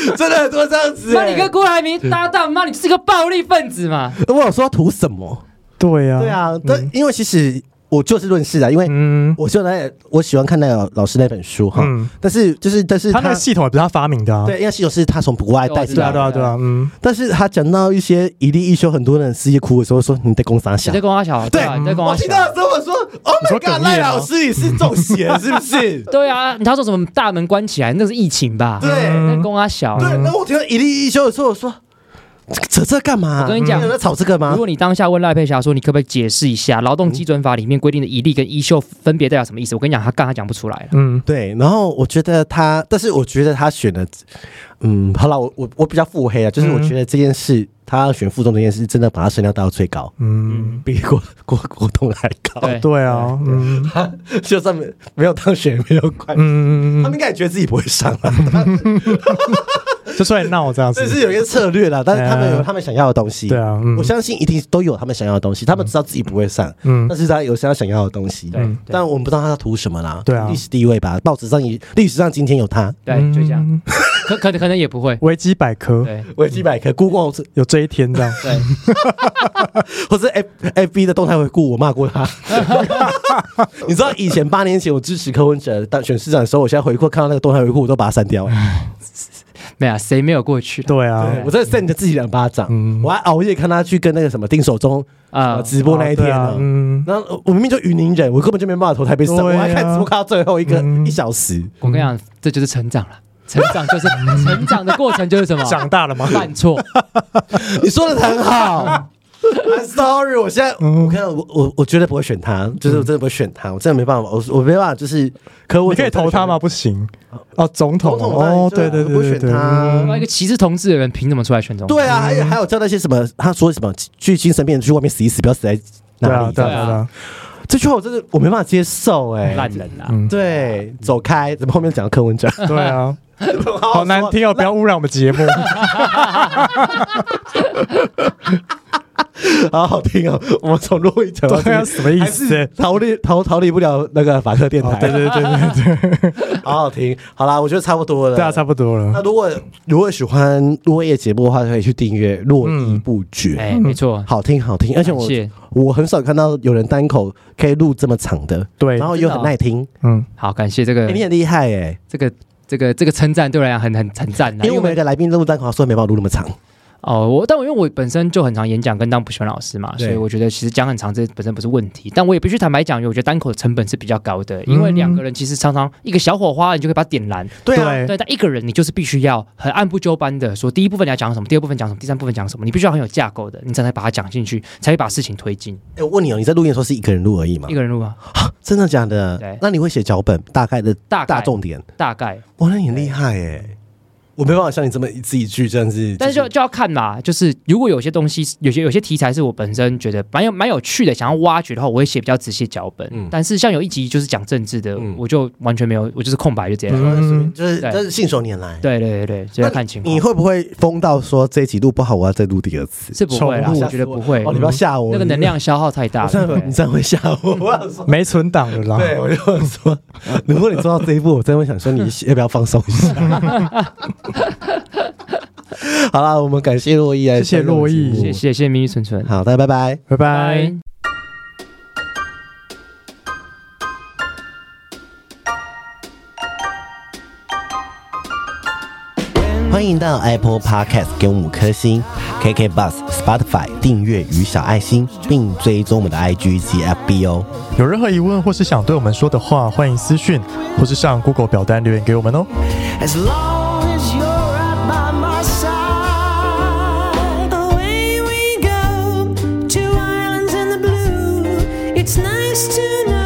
[SPEAKER 1] 真的很多这样子、
[SPEAKER 3] 那
[SPEAKER 1] 欸。
[SPEAKER 3] 你跟郭台铭搭档，那你是个暴力分子嘛？
[SPEAKER 1] 我有说他图什么？
[SPEAKER 2] 对啊，
[SPEAKER 1] 对，啊，但、因为其实我就事论事啊，因为
[SPEAKER 2] 嗯，
[SPEAKER 1] 我喜欢那我喜欢看那个老师那本书哈，
[SPEAKER 2] 嗯
[SPEAKER 1] 但是就是但是
[SPEAKER 2] 他那个系统也不是他发明的啊，
[SPEAKER 1] 对，因为系统是他从国外带进
[SPEAKER 2] 对啊，
[SPEAKER 1] 来
[SPEAKER 2] 对
[SPEAKER 1] 的。
[SPEAKER 2] 啊，对啊，嗯，
[SPEAKER 1] 但是他讲到一些一例一休，很多人失业哭的时候，说你在工商
[SPEAKER 3] 你
[SPEAKER 1] 小
[SPEAKER 3] 在。跟我小，
[SPEAKER 1] 对
[SPEAKER 3] 啊，你在
[SPEAKER 1] 嗯
[SPEAKER 3] 跟
[SPEAKER 1] 我
[SPEAKER 3] 我
[SPEAKER 1] 听到
[SPEAKER 3] 小。？”
[SPEAKER 1] 的时候，我说：“Oh
[SPEAKER 2] 你
[SPEAKER 1] my
[SPEAKER 2] 说哽咽
[SPEAKER 1] god，
[SPEAKER 2] 吗
[SPEAKER 1] 赖老师，你是中邪了是不是
[SPEAKER 3] 对啊，他说什么大门关起来，那是疫情吧？
[SPEAKER 1] 对
[SPEAKER 3] 那跟我小。
[SPEAKER 1] 对。那我听到一例一休的时候，我说：“扯这干嘛？
[SPEAKER 3] 我跟你讲
[SPEAKER 1] 有人在吵这个吗
[SPEAKER 3] 如果你当下问赖佩霞说，你可不可以解释一下《劳动基准法》里面规定的一例跟一休分别代表什么意思？我跟你讲，他刚他讲不出来了。
[SPEAKER 2] 嗯？”，
[SPEAKER 1] 对，然后我觉得他，但是我觉得他选的，嗯，好了，我我我比较腹黑啊，就是我
[SPEAKER 2] 嗯
[SPEAKER 1] 觉得这件事，他选附中这件事，真的把他声量带到最高，
[SPEAKER 2] 嗯，
[SPEAKER 1] 比郭郭郭董还高。
[SPEAKER 3] 对
[SPEAKER 2] 对啊，嗯嗯
[SPEAKER 1] 就算没没有当选也没有关系，
[SPEAKER 2] 嗯嗯
[SPEAKER 1] 他们
[SPEAKER 2] 嗯
[SPEAKER 1] 应该也觉得自己不会上啊。
[SPEAKER 2] 嗯，就出来闹这样
[SPEAKER 1] 这
[SPEAKER 2] 子，
[SPEAKER 1] 是有一些策略啦，但是他们有
[SPEAKER 2] 嗯
[SPEAKER 1] 他们想要的东西。
[SPEAKER 2] 对啊，嗯
[SPEAKER 1] 我相信一定都有他们想要的东西。他们知道自己不会上，
[SPEAKER 2] 嗯
[SPEAKER 1] 但是他有他想要的东西。
[SPEAKER 3] 对
[SPEAKER 2] 嗯
[SPEAKER 1] 但我们不知道他图什么啦。
[SPEAKER 2] 对啊
[SPEAKER 1] 历史地位吧，报纸上也历史上今天有他。
[SPEAKER 3] 对，就这样。
[SPEAKER 2] 嗯
[SPEAKER 3] 可可能可能也 不会。
[SPEAKER 2] 维基百科
[SPEAKER 3] 对
[SPEAKER 1] 维基百科、Google 是
[SPEAKER 2] 有这一 天这样。
[SPEAKER 3] 对，
[SPEAKER 1] 或是 F F B 的动态回顾，我骂过他。 你知道以前八年前我支持柯文哲当选市长的时候，我现在回顾看到那个动态回顾，我都把它删掉了。
[SPEAKER 3] 没有啊谁没有过去的
[SPEAKER 2] 对啊，
[SPEAKER 1] 我真的扇着自己两巴掌，
[SPEAKER 2] 嗯
[SPEAKER 1] 我还熬夜看他去跟那个什么丁守中
[SPEAKER 3] 啊
[SPEAKER 1] 呃？直播那一天
[SPEAKER 2] 对
[SPEAKER 1] 呢
[SPEAKER 2] 啊，。嗯，
[SPEAKER 1] 然后我明明就云林人，我根本就没办法投台北市长，
[SPEAKER 2] 对啊
[SPEAKER 1] 我还看直播看到最后一个
[SPEAKER 2] 嗯
[SPEAKER 1] 一小时。
[SPEAKER 3] 我跟你讲，这就是成长了。成 长就是
[SPEAKER 1] 嗯
[SPEAKER 3] 成长的过程，就是什么？
[SPEAKER 2] 长大了吗？
[SPEAKER 3] 犯错，
[SPEAKER 1] 你说的很 好。I'm sorry，我现在
[SPEAKER 2] 嗯
[SPEAKER 1] 我看到我我我绝对不会选他，就是我真的不会选他，我真的没办法，我我没办法，就是可我
[SPEAKER 2] 你可以投他吗？？不行哦，总统
[SPEAKER 1] 总统当然
[SPEAKER 2] 哦，
[SPEAKER 1] 对啊
[SPEAKER 2] 对对
[SPEAKER 1] 不
[SPEAKER 2] 对对
[SPEAKER 1] 选
[SPEAKER 2] 对，
[SPEAKER 1] 他
[SPEAKER 2] 嗯
[SPEAKER 3] 一个歧视同志的人，凭什么出来选总统？
[SPEAKER 1] 对啊，还有还有叫那些什么，他说什么去精神病院去外面死一死，不要死在
[SPEAKER 2] 对
[SPEAKER 1] 哪
[SPEAKER 2] 啊
[SPEAKER 1] 里？
[SPEAKER 2] 对啊对
[SPEAKER 3] 对啊
[SPEAKER 2] 啊，
[SPEAKER 1] 这句话我真的我没办法接受哎、
[SPEAKER 3] 烂人啊！
[SPEAKER 2] 嗯，
[SPEAKER 1] 对，走开！怎么后面讲到柯 文哲？
[SPEAKER 2] 对啊，
[SPEAKER 1] 好
[SPEAKER 2] 好难听哦，不要污染我们 节目。
[SPEAKER 1] 好好听哦！我们从录音讲到这
[SPEAKER 2] 对
[SPEAKER 1] 边
[SPEAKER 2] 啊，什么意
[SPEAKER 1] 还是
[SPEAKER 2] 思？
[SPEAKER 1] 逃离逃逃离不了那个法克电
[SPEAKER 2] 哦
[SPEAKER 1] 台，，
[SPEAKER 2] 对对对对对，
[SPEAKER 1] 好好听。好啦，我觉得差不多了。
[SPEAKER 2] 对啊，差不多
[SPEAKER 1] 那
[SPEAKER 2] 了。
[SPEAKER 1] 如果如果喜欢落叶节目的话，可以去订阅《络绎不绝》
[SPEAKER 3] 哎，没错，
[SPEAKER 1] 好听好听，而且
[SPEAKER 3] 感
[SPEAKER 1] 我
[SPEAKER 3] 谢，
[SPEAKER 1] 我很少看到有人单口可以录这么长的，
[SPEAKER 2] 对
[SPEAKER 1] 然，后又很耐听。
[SPEAKER 2] 嗯，
[SPEAKER 3] 好感谢这
[SPEAKER 1] 哎、
[SPEAKER 3] 个
[SPEAKER 1] 你很厉害哎、
[SPEAKER 3] 这个这个这个称赞，对我来讲很很很赞的，啊
[SPEAKER 1] 因为我们有一个来宾录单口，所以没办法录那么长。
[SPEAKER 3] 哦，我但我因为我本身就很常演讲跟当补习班老师嘛，
[SPEAKER 1] 对
[SPEAKER 3] 所以我觉得其实讲很长这本身不是问题，但我也必须坦白讲，因为我觉得单口的成本是比较高的，因为
[SPEAKER 2] 嗯
[SPEAKER 3] 两个人其实常常一个小火花你就可以把它点燃，
[SPEAKER 1] 对啊，
[SPEAKER 2] 对
[SPEAKER 3] 对，但一个人你就是必须要很按部就班的说，第一部分你要讲什么，第二部分讲什么，第三部分讲什么，你必须要很有架构的，你才能把它讲进去，才会把事情推进。
[SPEAKER 1] 哎我问你哦，你在录音的时候是一个人录而已吗
[SPEAKER 3] 一？个人录啊，
[SPEAKER 1] 真的假的
[SPEAKER 3] 对？
[SPEAKER 1] 那你会写脚本，大概的
[SPEAKER 3] 大概
[SPEAKER 1] 大重点？
[SPEAKER 3] 大概，
[SPEAKER 1] 哇，那你很厉害哎！我没办法像你这么一字一句这样子，
[SPEAKER 3] 但是就就要看啦，就是如果有些东西，有些有些题材是我本身觉得蛮有蛮有趣的，想要挖掘的话，我会写比较仔细的脚本。
[SPEAKER 1] 嗯
[SPEAKER 3] 但是像有一集就是讲政治的，
[SPEAKER 1] 嗯
[SPEAKER 3] 我就完全没有，我就是空白就这样。
[SPEAKER 2] 嗯，
[SPEAKER 1] 就是
[SPEAKER 3] 对
[SPEAKER 1] 就是信手拈来。
[SPEAKER 3] 对对对对，就要看情
[SPEAKER 1] 你会
[SPEAKER 3] 况，
[SPEAKER 1] 不会疯到说这一集录不好，我要再录第二次？
[SPEAKER 3] 是不会啦，
[SPEAKER 2] 宠物
[SPEAKER 3] 我觉得不会嗯
[SPEAKER 1] 哦，，你不要吓我，
[SPEAKER 3] 那个能量消耗太大
[SPEAKER 1] 我
[SPEAKER 3] 了。
[SPEAKER 1] 这样，你
[SPEAKER 3] 对
[SPEAKER 1] 这样会吓 我。我想说，
[SPEAKER 2] 没存档了啦。
[SPEAKER 1] 对，我就想说， 如果你做到这一步，我真的会想说，你要不要放松一 下？好啦，我们感谢洛伊来
[SPEAKER 2] 谢谢
[SPEAKER 1] 上这个
[SPEAKER 2] 洛
[SPEAKER 1] 节
[SPEAKER 2] 伊
[SPEAKER 1] 目
[SPEAKER 3] 谢谢谢谢咪咪纯纯，
[SPEAKER 1] 好，大家拜拜。
[SPEAKER 2] 拜
[SPEAKER 3] 拜
[SPEAKER 2] 拜。。
[SPEAKER 1] 欢迎到 Apple Podcast 给我们五颗星，KK Bus、Spotify 订阅与小爱心，并追踪我们的 IG 及 FB 哦。
[SPEAKER 2] 有任何疑问或是想对我们说的话，欢迎私讯或是上 Google 表单留言给我们哦。
[SPEAKER 4] As long as you're right by my side. Away we go to islands in the blue. It's nice to know.